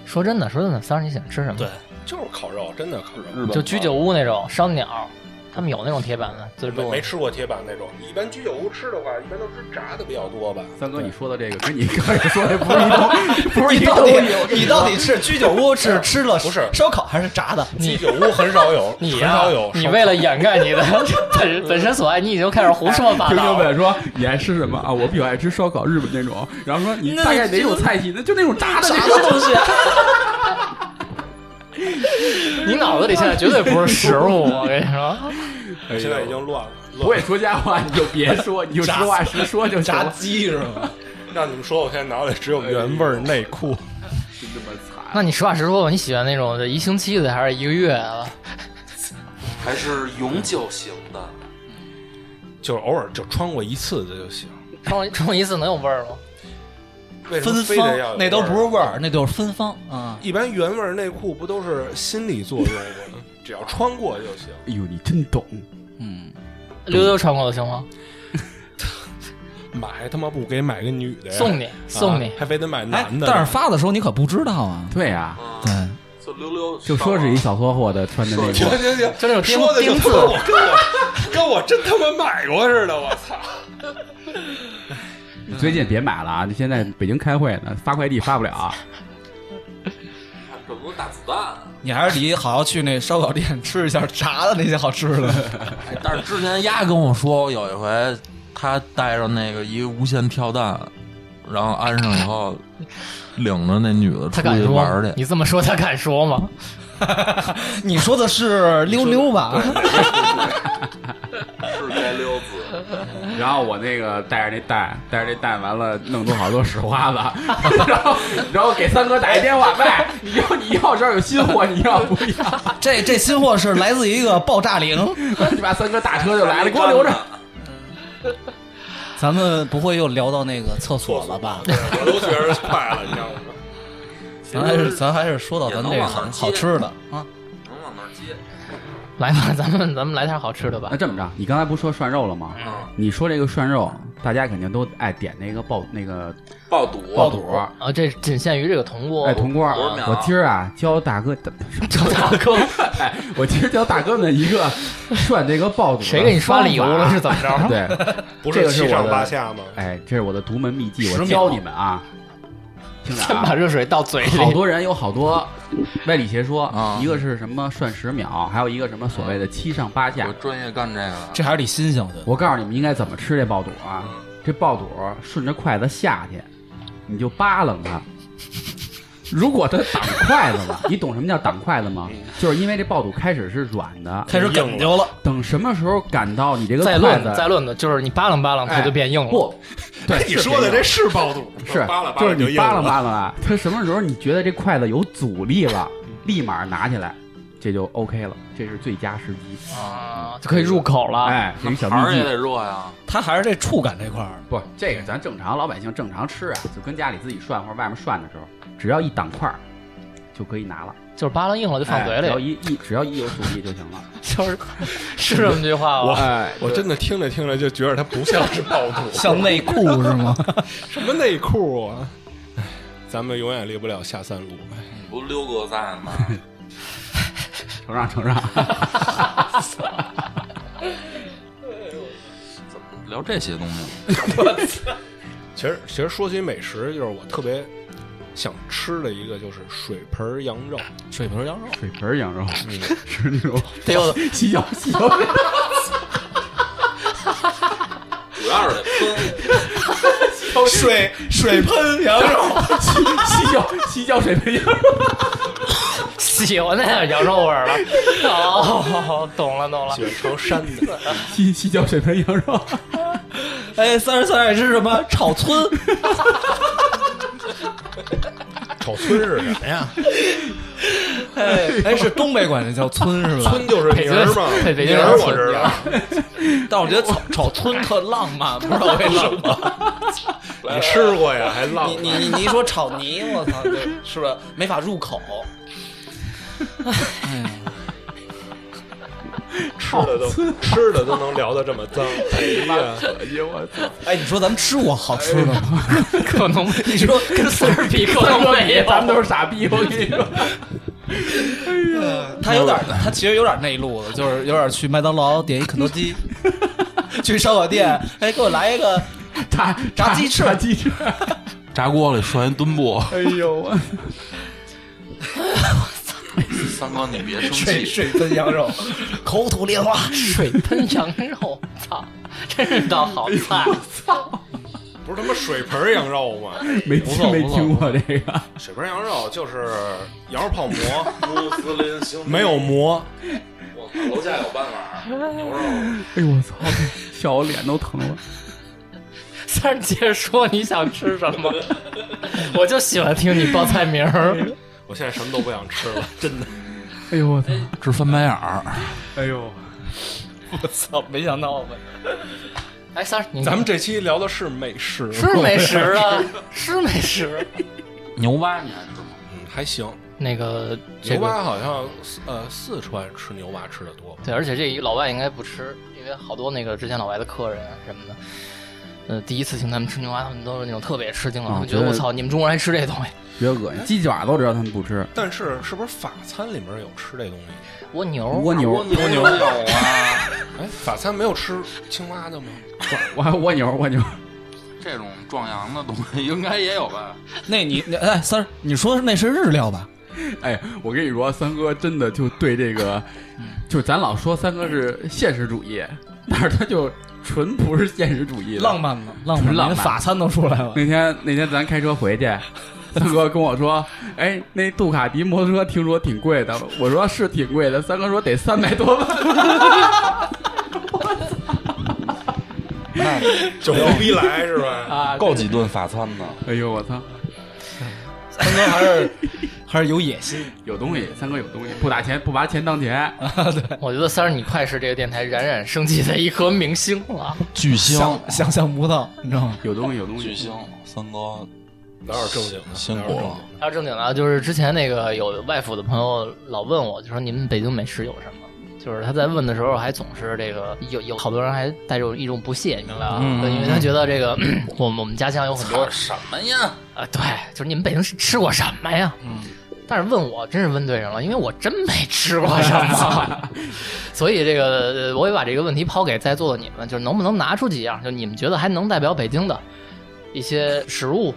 说真的，说真的，三儿你喜欢吃什么？对，就是烤肉，真的烤肉。日本就居酒屋那种烧鸟，他们有那种铁板的自没助没。吃过铁板那种，一般居酒屋吃的话，一般都吃炸的比较多吧。三哥，你说的这个跟你刚才说的不 是一道，不是一你道到底理。你到底是居酒屋 是吃了不是烧烤还是炸的？居酒屋很少有，你很呀少有，。你为了掩盖你的 本本身所爱，你已经开始胡说八听道了。听本说你爱吃什么啊？我比较爱吃烧烤，日本那种。然后说你大概哪种菜系？那就那种炸的那种东西。你脑子里现在绝对不是食物，我跟你说。现在已经乱了，乱了不会说瞎话你就别说，你就实话实说就行炸了。鸡是吗？让你们说，我现在脑袋里只有原味儿内裤。真他妈惨！那你实话实说吧，你喜欢那种一星期的还是一个月啊的？还是永久型的，就是偶尔就穿过一次的就行。冲 冲一次能有味儿吗？为什么芬非得要芳有那都味儿不是味儿，那就是芬芳啊。一般原味儿内裤不都是心理作用吗？只要穿过就行。哎呦，你真懂。嗯，溜溜穿过的行吗？买他妈不给买个女的呀，送你，送你啊，还非得买哎男，的。但是发的时候你可不知道啊。对呀、对，嗯就溜溜，就说是一小撮货的穿的那行个，行行，就那种钉说的就钉他子妈。我跟我跟我真他妈买过似的，我操！最近别买了啊！现在北京开会呢，发快递发不了。怎么打子弹？你还是得好好去那烧烤店吃一下炸的那些好吃的。哎但是之前丫跟我说，有一回他带上那个一个无线跳蛋，然后安上以后，领着那女的他出敢去说玩儿去。你这么说，他敢说吗？ 你说的是溜溜 吧？是该溜子，然后我那个带着那蛋，带着那蛋，完了弄出好多屎花子， 然后然后给三哥打一电话，喂，你要你要这儿有新货，你要不要？ 这这新货是来自于一个爆炸零，你把三哥大车就来了，给我留着。咱们不会又聊到那个厕所了吧？我都觉得快了，你知道吗？咱还是咱还是说到咱这个也能往上接好吃的啊，能往哪儿接？来吧， 咱们咱们来点好吃的吧那。这么着，你刚才不是说涮肉了吗？你说这个涮肉，大家肯定都爱点那个爆那个爆肚，爆肚，啊，这仅限于这个铜锅 哎，。铜锅儿多少秒。我今儿啊教大哥，教大哥，哎，我今儿教大哥们一个涮这个爆肚的方法。谁给你刷理由了？是怎么 着？对，不这是个是七我上的八下吗？哎，这是我的独门秘技，十我秒教你们啊。听着先把啊，热水倒嘴好里。多人有好多歪理邪说啊，一个是什么涮十秒，还有一个什么所谓的七上八下我。专业干这个的。这还是得新鲜的。我告诉你们应该怎么吃这爆肚啊！这爆肚顺着筷子下去，你就扒楞它。如果它挡筷子 了，你懂什么叫挡筷子吗？就是因为这爆肚开始是软的，开始梗究了，等什么时候感到你这个再筷论子再论的，就是你扒拉扒拉，它就变硬了。不，对， 你是说的样这是爆肚，是扒拉扒就拉是就你硬扒拉了。扒拉啊，它什么时候你觉得这筷子有阻力了，立马拿起来，这就 OK 了，这是最佳时机。啊，就可以入口了。哎，这个小盘儿秘也技得热呀，它还是这触感这块儿。不，这个咱正常老百姓正常吃啊，就跟家里自己涮或者外面涮的时候，只要一挡块儿就可以拿了，就是扒拉硬了就放嘴哎只要里，一一只要一有阻力就行了。就是是这么句话我吧？哎，我真的听着听着就觉得它不像是爆肚， 像内裤是吗？什么内裤啊！哎，咱们永远离不了下三路。你不溜哥在吗？ 承让承让，怎么 聊这些东西？其实，其实说起美食，就是我特别想吃的一个，就是水盆羊肉。 水盆羊肉，水盆儿羊肉 是那种得有洗脚洗脚水，主要是得 分，水水盆羊肉，洗洗脚洗脚水盆羊肉。 喜欢那点羊肉味 儿了。哦，懂了懂了。喜欢尝 膻的。洗洗脚水盆羊肉，哎，三十三爱吃什么？炒村，炒村是什么呀？哎哎，是东北管那叫村是吧？村 就是北泥京儿嘛，北北京泥儿人我知道。但我觉得炒炒村特浪漫，不知道为什么。 你吃过呀？还浪 你漫你你你一说炒泥，我操，这是不是没法入口？吃的都吃的都能聊得这 么脏，哎呀！哎呦我操！哎，你说咱们吃过好吃的吗？ 可能你说跟四十比可三能哥没你有，哎咱们都是傻逼，我跟你说。他有点，他其实有点那路子，就是有点去麦当劳点一肯德基，去烧烤店，哎，给我来一个炸炸鸡翅炸鸡翅。炸锅里涮一墩布。哎呦我，三哥，你别生水气，水分羊肉，口吐莲花。水喷羊肉，操，真是道 好菜。不是他妈水盆羊肉吗？没不错听没听过这个，水盆羊肉就是羊肉泡馍，穆斯林行没有馍，我靠，楼下有办法，牛肉哎呦我操，笑我脸都疼了。三儿接着说你想吃什么， 我就喜欢听你报菜名儿。我现在什么都不想吃 了，真的。哎呦我操，治翻白眼儿。哎呦，我操，没想到吧？哎，三儿，你咱们这期聊的是美食，是美食啊，是美食。牛蛙你还吃吗？嗯还行。那个这牛个蛙好像四呃四川吃牛蛙吃的多吧？对，而且这一老外应该不吃，因为好多那个之前老外的客人啊什么的，呃，第一次请他们吃牛蛙，他们都是那种特别吃惊了，啊他们觉得觉我得操，你们中国人还吃这东西。别恶心，鸡爪都知道他们不吃，但是是不是法餐里面有吃这东西？哦蜗牛，蜗牛， 牛牛有啊， 哎，法餐没有吃青蛙的吗？我还蜗牛蜗牛， 这这种壮阳的东西应该也有吧？那你那哎三儿，你说是那是日料吧？哎，我跟你说，三哥真的就对这个，嗯 就咱老说三哥是现实主义，但是他就纯不是现实主义的浪。漫吗？浪漫，浪漫连法餐都出来 了。那天那天咱开车回去，三哥跟我说：“哎，那杜卡迪摩托车听说挺贵的。”我说：“是挺贵的。”三哥说：“得三百多万。 九牛逼来是吧？”够几顿法餐呢？哎呦我操，三哥还是还是有野心。有东西！三哥有东西，不打钱不把钱当钱。啊我觉得三儿，你快是这个电台冉冉升起的一颗明星了。巨星，想想象不到，你知道吗？有东西有东西巨。星，三哥哪有正经的？辛哪有苦正经了的。还有正经的啊，就是之前那个有外府的朋友老问我，就说你们北京美食有什么？就是他在问的时候，还总是这个有有好多人还带着一种不屑，你明白吧？对，因为他觉得这个 我们我们家乡有很多啊什么呀？啊，对，就是你们北京是吃过什么呀？嗯，但是问我真是问对人了，因为我真没吃过什 么，所以这个呃我也把这个问题抛给在座的你们，就是能不能拿出几样，就你们觉得还能代表北京的一些食物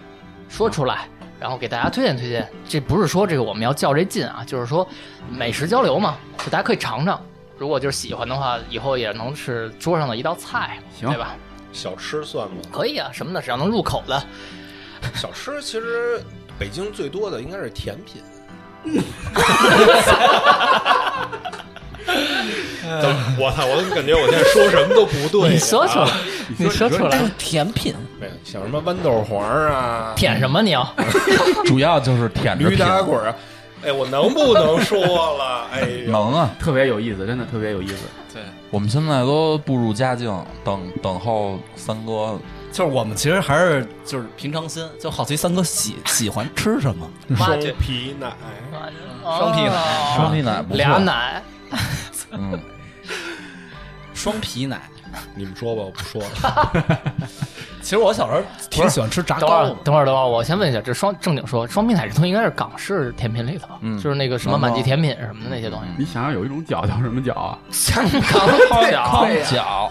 说出来。然后给大家推荐推荐，这不是说这个我们要较这劲啊，就是说美食交流嘛，就大家可以尝尝，如果就是喜欢的话，以后也能是桌上的一道菜，行对吧？小吃算吗？可以啊，什么的，只要能入口的，小吃其实北京最多的应该是甜品。 怎么我操！我怎么感觉我现在说什么都不对、啊？你说出来，你说出来，甜品，没有，像什么豌豆黄啊、舔什么你要？ 主要就是舔着驴品。打滚啊。哎，我能不能说了？哎 呦，能啊，特别有意思，真的特别有意思。我们现在都步入佳境，等等候三哥就是我们其实还是就是平常心，就好奇三哥喜喜欢吃什么。挖双掘皮奶，双皮奶双皮奶不错俩，奶，嗯， 双皮奶。 你们说吧，我不说了。其实我小时候挺喜欢吃炸等会儿糕的，等会儿等会儿，我先问一下，这双正经说双皮奶这东西应该是港式甜品里头，嗯就是那个什么满记甜品什么的那些东西，你想想，有一种脚叫什么脚啊？香港泡脚汤饺，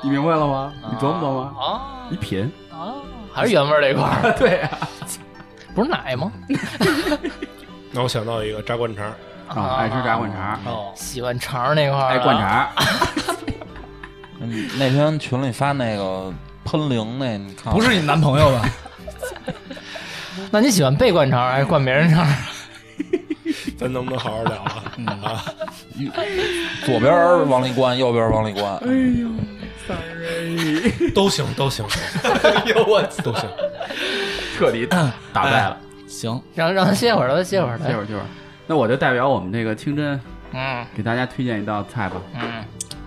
你明白了吗？你琢磨琢磨，啊你品。啊，还是原味儿这一块儿，对啊，不是奶吗？那我想到一个炸灌肠，啊爱吃炸灌肠，哦，喜欢肠儿那块儿，啊爱灌，肠。嗯那天群里发那个喷灵那，你看不是你男朋友吧？那你喜欢被灌肠儿还是灌别人肠儿？啊咱能不能好好聊啊？ 啊，左边儿往里灌，右边儿往里灌， Sorry，都行，都行， 有我都行。彻底打败了。行，让让他歇会儿，让他歇会儿，歇会儿，歇会儿。那我就代表我们这个清真，嗯给大家推荐一道菜吧。嗯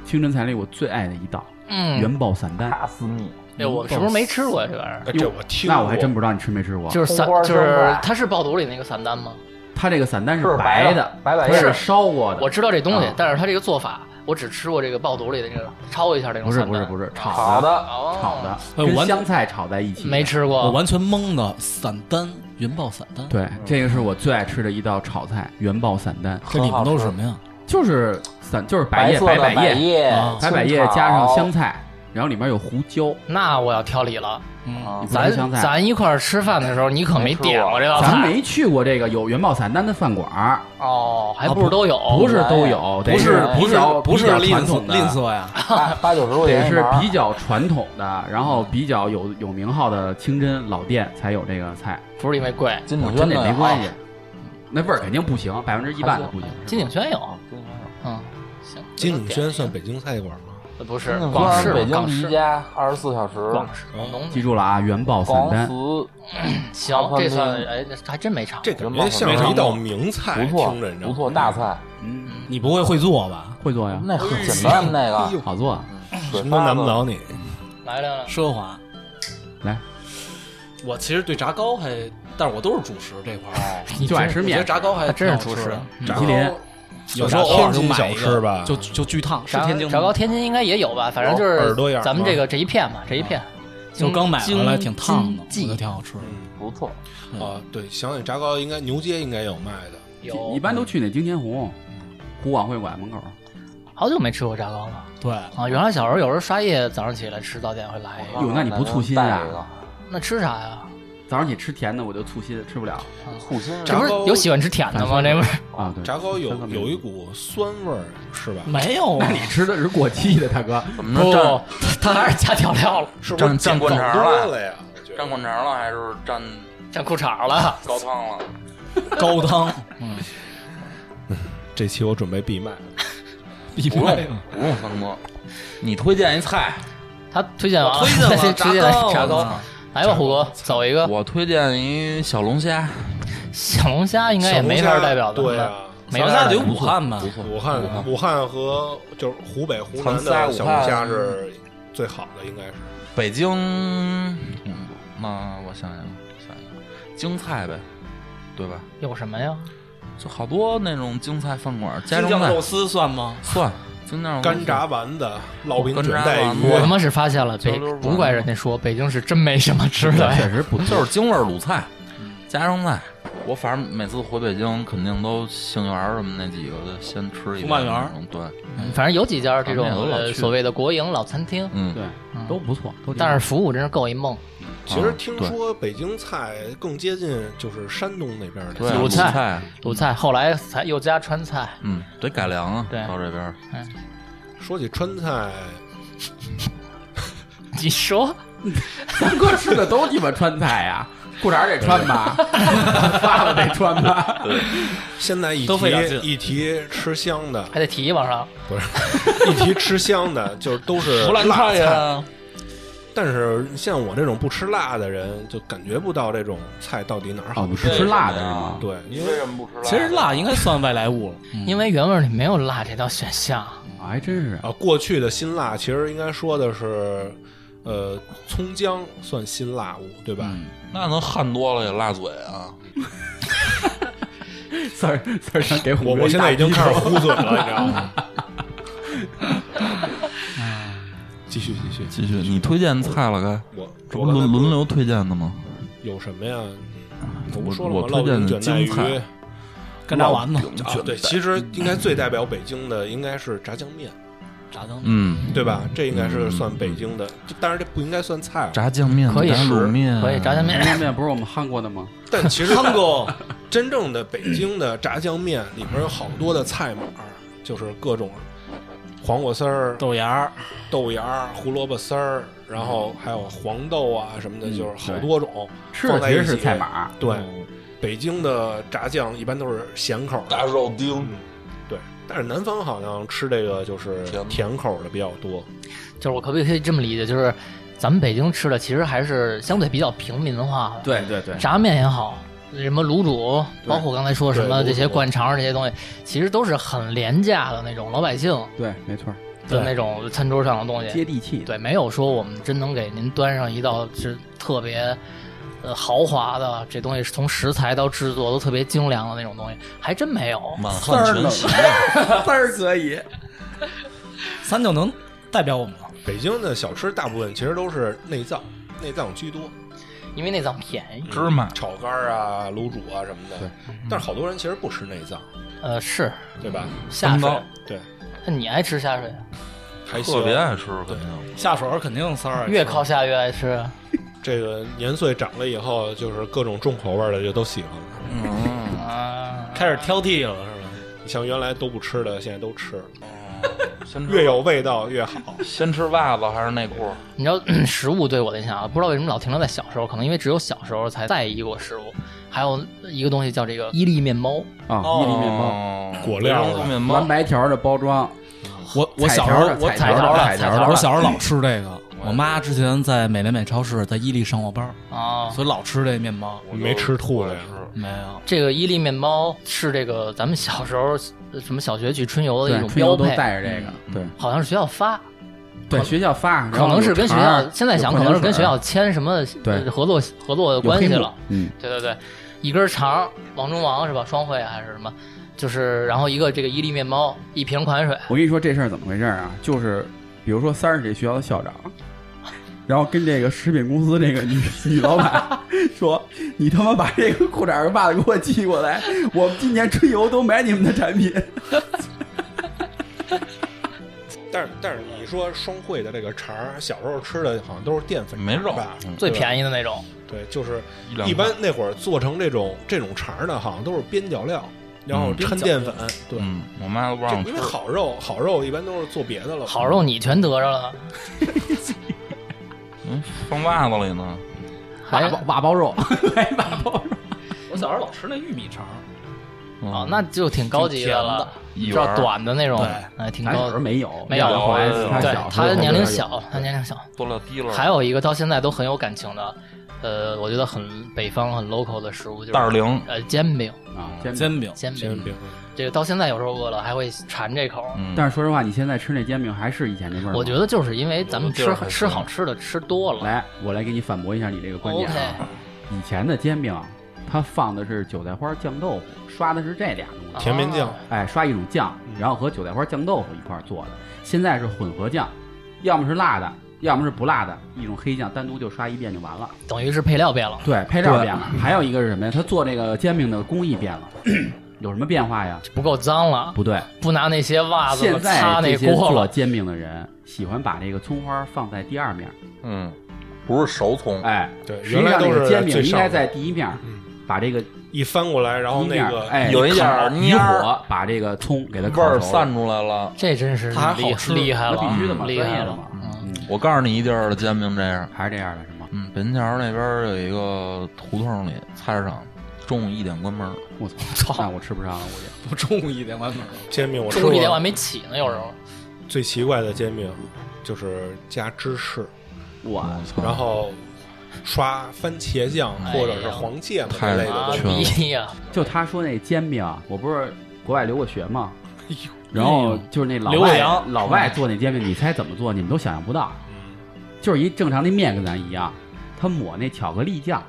清真菜里我最爱的一道嗯，元爆散丹。打死你！哎，我是不是没吃过这玩意儿？哎这我听过，那我还真不知道你吃没吃过。就是散葱花，儿就是葱花它是爆肚里那个散丹吗？它这个散丹是白白的的，白白不的是烧过的。我知道这东西啊，但是它这个做法，我只吃过这个爆肚里的这个焯一下这种不是散不是蛋。不是，是炒好的的，哦，炒的，呃跟完香菜炒在一起。没。吃过。 我完全懵的，散丹云爆散丹，，对，这个是我最爱吃的一道炒菜，元爆散丹，这里面都是什么呀？就是散就是白叶色的百百叶，叶啊，白百叶加上香菜，然后里面有胡椒，那我要挑理了，啊你不咱吃香菜。咱一块儿吃饭的时候，你可没点过这道咱菜没去过这个有元爆散丹的饭馆儿，哦，还不是都有？啊不是都有，得不是比不是较不是比较吝传啬统的吝啬呀，八八九十块得钱一是盘儿比较传统的，然后比较有有名号的清真老店才有这个菜，不是因为贵，金我鼎真轩的的啊没关系，那味儿肯定不行，百分之一半的不行。金鼎轩有，啊。金鼎轩嗯，行。金鼎轩算北京菜馆吗？呃不是金鼎广轩式北京港第一式家，二十四小时。广式广嗯东的记住了啊，元爆散广丹， 慈行，这算哎，这还真没尝过。这感觉像是一道名菜，不错哎听着你知道不吗错，大菜，嗯，你不会会做吧？会做呀，那很简单那哎呦个，好做。啊什水么发都难子不倒你。来来来，奢华。来，我其实对炸糕还，但是我都是主食这块哎儿，你就爱吃我觉得面，炸糕还真是挺好主吃食的，。米其林有时候偶尔就买一天津个小吃吧就就巨烫，是炸天津吗哦炸糕，天津应该也有吧？反正就是有耳朵眼儿吗咱们这个这一片嘛，这一片。嗯就刚买回来京挺烫的，我京觉得冀挺好吃的。不错。啊，对，想起炸糕，应该牛街应该有卖的。有一般都去那金天红湖广会馆门口。好久没吃过炸糕了对，啊！原来小时候有时候刷夜，早上起来吃早点会来哦一个，哟那你不醋心啊带一个那吃啥呀？早上起吃甜的我就醋心，吃不了醋心儿这不是炸糕有喜欢吃甜的吗？这不是啊。对，哦炸糕有真的没有一股酸味儿，是吧？没有啊那，你吃的是过期的，大哥。怎么不着蘸，他还是加调 料了，是不蘸是蘸灌肠搞了多了呀？我觉得蘸灌肠了还是蘸蘸裤衩了。高汤了？高汤这期我准备闭麦，必不备用。不用三哥，你推荐一菜，他推荐完了，推荐再 了推荐炸糕炸糕，来吧，虎哥，走一个我推荐一小龙虾， 小龙虾，应该也没法代表咱对们啊吧？。没小龙法虾代得表武汉吧？武汉，武汉和就是湖北、湖咱南们仨的武小汉龙虾是最好的，应该是。北京，嗯那我想想想想，京菜呗，对吧？有什么呀？就好多那种京菜饭馆，家京常酱菜肉丝算吗？蒜，京酱肉丝干炸丸子、烙饼卷干炸带丸鱼啊子，我他妈是发现了，北交流完不怪人家说北京是真没什么吃的，确实不错就是京味儿鲁菜，家常菜。我反正每次回北京，肯定都杏园儿什么那几个的先吃一遍。红饭园儿嗯对，反正有几家这种咱们也都老呃去所谓的国营老餐厅，嗯，对嗯，都不错，都挺好但是服务真是够一梦。其实啊听对说北京菜更接近就是山东那边对的啊鲁鲁菜菜，鲁菜后来才又加川菜，嗯，得改良啊，对到这边儿说起川菜，你说 三哥吃的都鸡巴川菜呀，裤衩得穿 吧，袜子得穿吧。现在一都费点提劲一提吃香的， 还得提往上，不是一提吃香的，就是都是湖南辣菜啊菜。呀，但是像我这种不吃辣的人，就感觉不到这种菜到底哪儿哦，好你吃。是吃辣的啊是吗？对，因为为什么不吃辣的？其实辣应该算外来物了。因为原味里没有辣这道选项。啊还真是。啊，过去的辛辣其实应该说的是，呃，葱姜算辛辣物，对吧？那能汗多了也辣嘴啊。三儿三儿想给我我我现在已经开始糊嘴了，你知道吗？继续继续，继续，你推荐菜了该？我这我不轮刚才轮流推荐的吗？有什么呀？我不我说了吗我推荐烙饼卷的带京鱼菜，干炸丸子、啊，对，其实应该最代表北京的应该是炸酱面，炸酱面，嗯，对吧？这应该是算北京的，嗯这当然这不应该算菜，啊炸酱面、可以打卤面，可以炸酱面炸酱面不是我们汉过的吗？ 但其实汤哥真正的北京的炸酱面里面有好多的菜 码儿，就是各种黄瓜丝儿、豆芽儿，豆芽儿、胡萝卜丝儿，然后还有黄豆啊什么的，嗯就是好多种吃放的在其一实起。是菜。码，对，北京的炸酱一般都是咸口的，大肉丁，对。但是南方好像吃这个就是甜甜口的比较多。就是我可不可以这么理解？就是咱们北京吃的其实还是相对比较平民化的，对对对炸面也好，什么卤煮，包括刚才说什么对这些卤煮灌肠这些东西，其实都是很廉价的那种老百姓对，没错，的对那种餐桌上的东西接。地气。对，没有说我们真能给您端上一道是特别。呃，豪华的这东西是从食材到制作都特别精良的那种东西，还真没有。满汉全席，啊三儿可以，三就能代表我们了。北京的小吃大部分其实都是内脏，内脏居多。因为内脏便宜。芝麻嗯嗯炒肝儿啊、卤煮啊什么的。对但是好多人其实不吃内脏，呃，是对吧？下嗯水三高。对，那你爱吃下水啊？还行特别爱吃，肯定。下手肯定三儿啊越靠下越爱吃啊。这个年岁长了以后，就是各种重口味儿的就都喜欢了。嗯，开始挑剔了，是吧？你像原来都不吃的，现在都吃了，先吃嗯越有味道越 好。先吃袜子还是内裤？你知道食物对我的影响啊，不知道为什么老停留在小时候，可能因为只有小时候才在意过食物。还有一个东西叫这个伊利面包，啊，哦伊犁面包，包果料的哦面包蓝，白条的包装，我我小时彩条候的我彩条的彩条的我小时候老吃这个。我妈之前在美廉美超市，在伊利上过班，啊，所以老吃这面包。你没吃吐了呀？没有，这个伊利面包是这个咱们小时候呃什么小学去春游的一对，种春标游都配，带着这个，对好像是学校发，嗯对，学校发，然可后能是有跟学肠校儿现在想有可矿能泉是跟学水校签什么对呃合作合作有关黑系幕了。嗯，对对对，一根肠，王中王是吧？双汇啊还是什么？就是然后一个这个伊利面包，一瓶矿泉水，我跟你说这事儿怎么回事儿啊？就是比如说三儿是这学校的校长，然后跟这个食品公司这个女女老板说：“你他妈把这个裤衩儿袜子给我寄过来，我们今年春游都买你们的产品。”但是但是你说双汇的这个肠儿，小时候吃的好像都是淀粉肠没肉吧，嗯最对吧便宜的那种，对，就是一两一般那会儿做成这种这种肠儿的，好像都是边角料，然后嗯掺淀粉。对，嗯，我妈都不让我这因吃为。好肉好肉一般都是做别的了。好肉你全得着了，嗯，放袜子里呢。 还瓦包瓦包肉，来一瓦包肉。我小时候老吃那玉米肠，哦嗯，那就挺高级的了，挺比甜较的短的那种对，哎，挺咱小高时候的。没有，没有要不然有他对小，时他候有年龄点小，他年龄小。多了滴了，还有一个到现在都很有感情的，呃，我觉得很北方很 local 的食物就是袋儿零，呃，煎饼，啊，煎饼。煎饼煎煎饼，饼，这个到现在有时候饿了还会馋这口儿。嗯，但是说实话，你现在吃那煎饼还是以前那味儿吗。我觉得就是因为咱们有吃的地儿还吃好吃的吃多了。来，我来给你反驳一下你这个观点 OK，啊。以前的煎饼，啊它放的是韭菜花酱豆腐，刷的是这俩东西，甜面酱啊哎，刷一种酱，然后和韭菜花酱豆腐一块儿做的。现在是混合酱，要么是辣的，要么是不辣的，一种黑酱单独就刷一遍就完了。等于是配料变了，对，配料变了，还有一个是什么呀？他做这个煎饼的工艺变 了，有什么变化呀？不够脏了，不对，不拿那些袜子现在擦那这些锅做了。煎饼的人喜欢把这个葱花放在第二面，嗯，不是熟葱，哎，对，实原际来上都这是个煎饼最应上该的嗯在第一面把这个一翻过来，然后一那面个哎有一点儿烤蔫以儿火把这个葱给它味烤儿熟了散出来了。这真是它还厉好吃厉害那了啊，必须的嘛，专厉业害的了嘛，嗯嗯，我告诉你一地儿的煎饼这样，还是这样的是吗？嗯，北京桥那边儿有一个胡同里菜市场，中午一点关门儿，我操，那我吃不上了，我我中午一点完门了。煎饼，我吃中午一点我还过没起呢，有时候最奇怪的煎饼就是加芝士，就我我操！然后刷番茄酱哎呀或者是黄芥末之类的啊东西。太缺了逼呀，就他说那煎饼，啊我不是国外留过学吗？哎然哎后就是那老留外洋老外做那煎饼，你猜怎么做？你们都想象不到，嗯就是一正常的面跟咱一样，他抹那巧克力酱，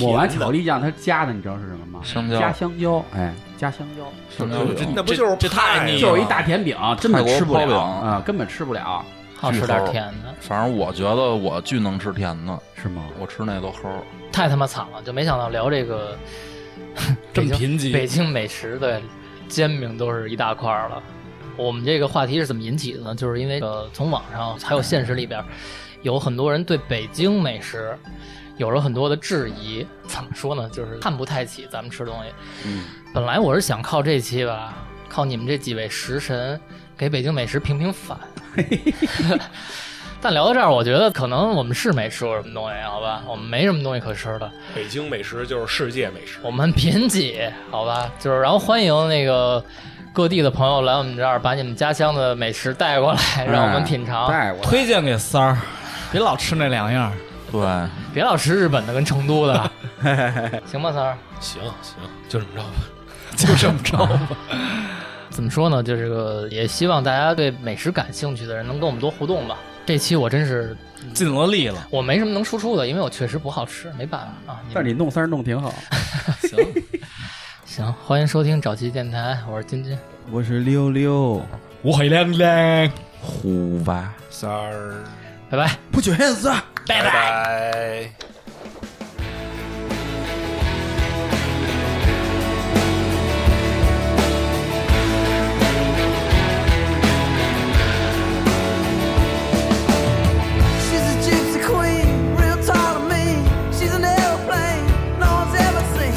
抹我完巧克力酱，他加的你知道是什么吗？香加蕉，香蕉，哎，加香蕉，香蕉这有那不就是这这太派腻了，就是一大甜饼，根本吃不哎泰国了泡饼啊，根本吃不了，好吃点甜的，反正我觉得我巨能吃甜的，是吗？我吃那都齁儿。太他妈惨了，就没想到聊这个这北么京贫北瘠，京美食对，煎饼都是一大块儿了。我们这个话题是怎么引起的呢？就是因为呃，从网上还有现实里边儿，有很多人对北京美食有了很多的质疑。怎么说呢？就是看不太起咱们吃东西。嗯，本来我是想靠这期吧，靠你们这几位食神给北京美食平平反。但聊到这儿，我觉得可能我们是没吃过什么东西，好吧？我们没什么东西可吃的。北京美食就是世界美食。哦我们贫瘠，好吧， 就是然后欢迎那个各地的朋友来我们这儿，把你们家乡的美食带过嗯来，让我们品尝。带我推荐给三儿，别老吃那两样儿。对，别老吃日本的跟成都的，行吧，三儿？行行，就这么着吧。就这么着吧。 怎么说呢？就这个，也希望大家对美食感兴趣的人能跟我们多互动吧。这期我真是尽了力了，我没什么能输出的，因为我确实不好吃，没办法啊。你但们是你弄三儿弄挺好。行，行，欢迎收听早期电台，我是金金，我是溜溜，我很亮亮。虎吧。三儿，拜拜。不许认识。拜拜。 She's a gypsy queen, real tall and mean. She's an airplane, no one's ever seen.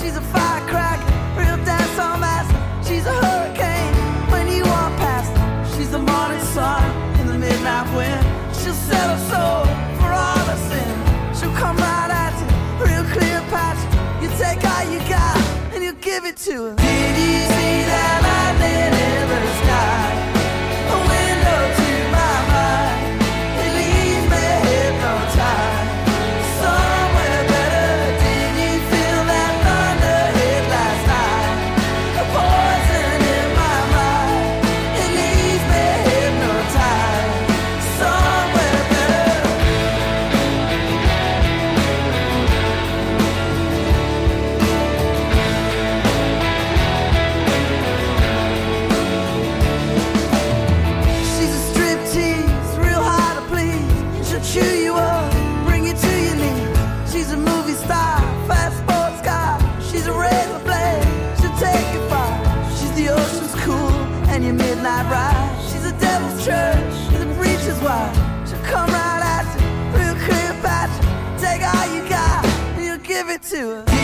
She's a firecracker, real dance on master. She's a hurricane when you walk past her. She's the morning sun in the midnight wind. She'll sell her soul for all her sin. She'll come right at you, real Cleopatra. You take all you got and you give it to her. Did you see that lightning in the sky? A window to my mind. It leaves me hypnotized. Somewhere better. Did you feel that thunder hit last night? A poison in my mind. It leaves me hypnotized. Somewhere better. She's a striptease, real hard to please. She'll chew you up, bring you to your knees. She's a movie star, fast sports car. She's a razor blade, she'll take you far. She's the ocean's cool and your midnight ride. She's a devil's church that reaches wide. She'll come right at you, real clear about you. Take all you got, and you'll give it to her.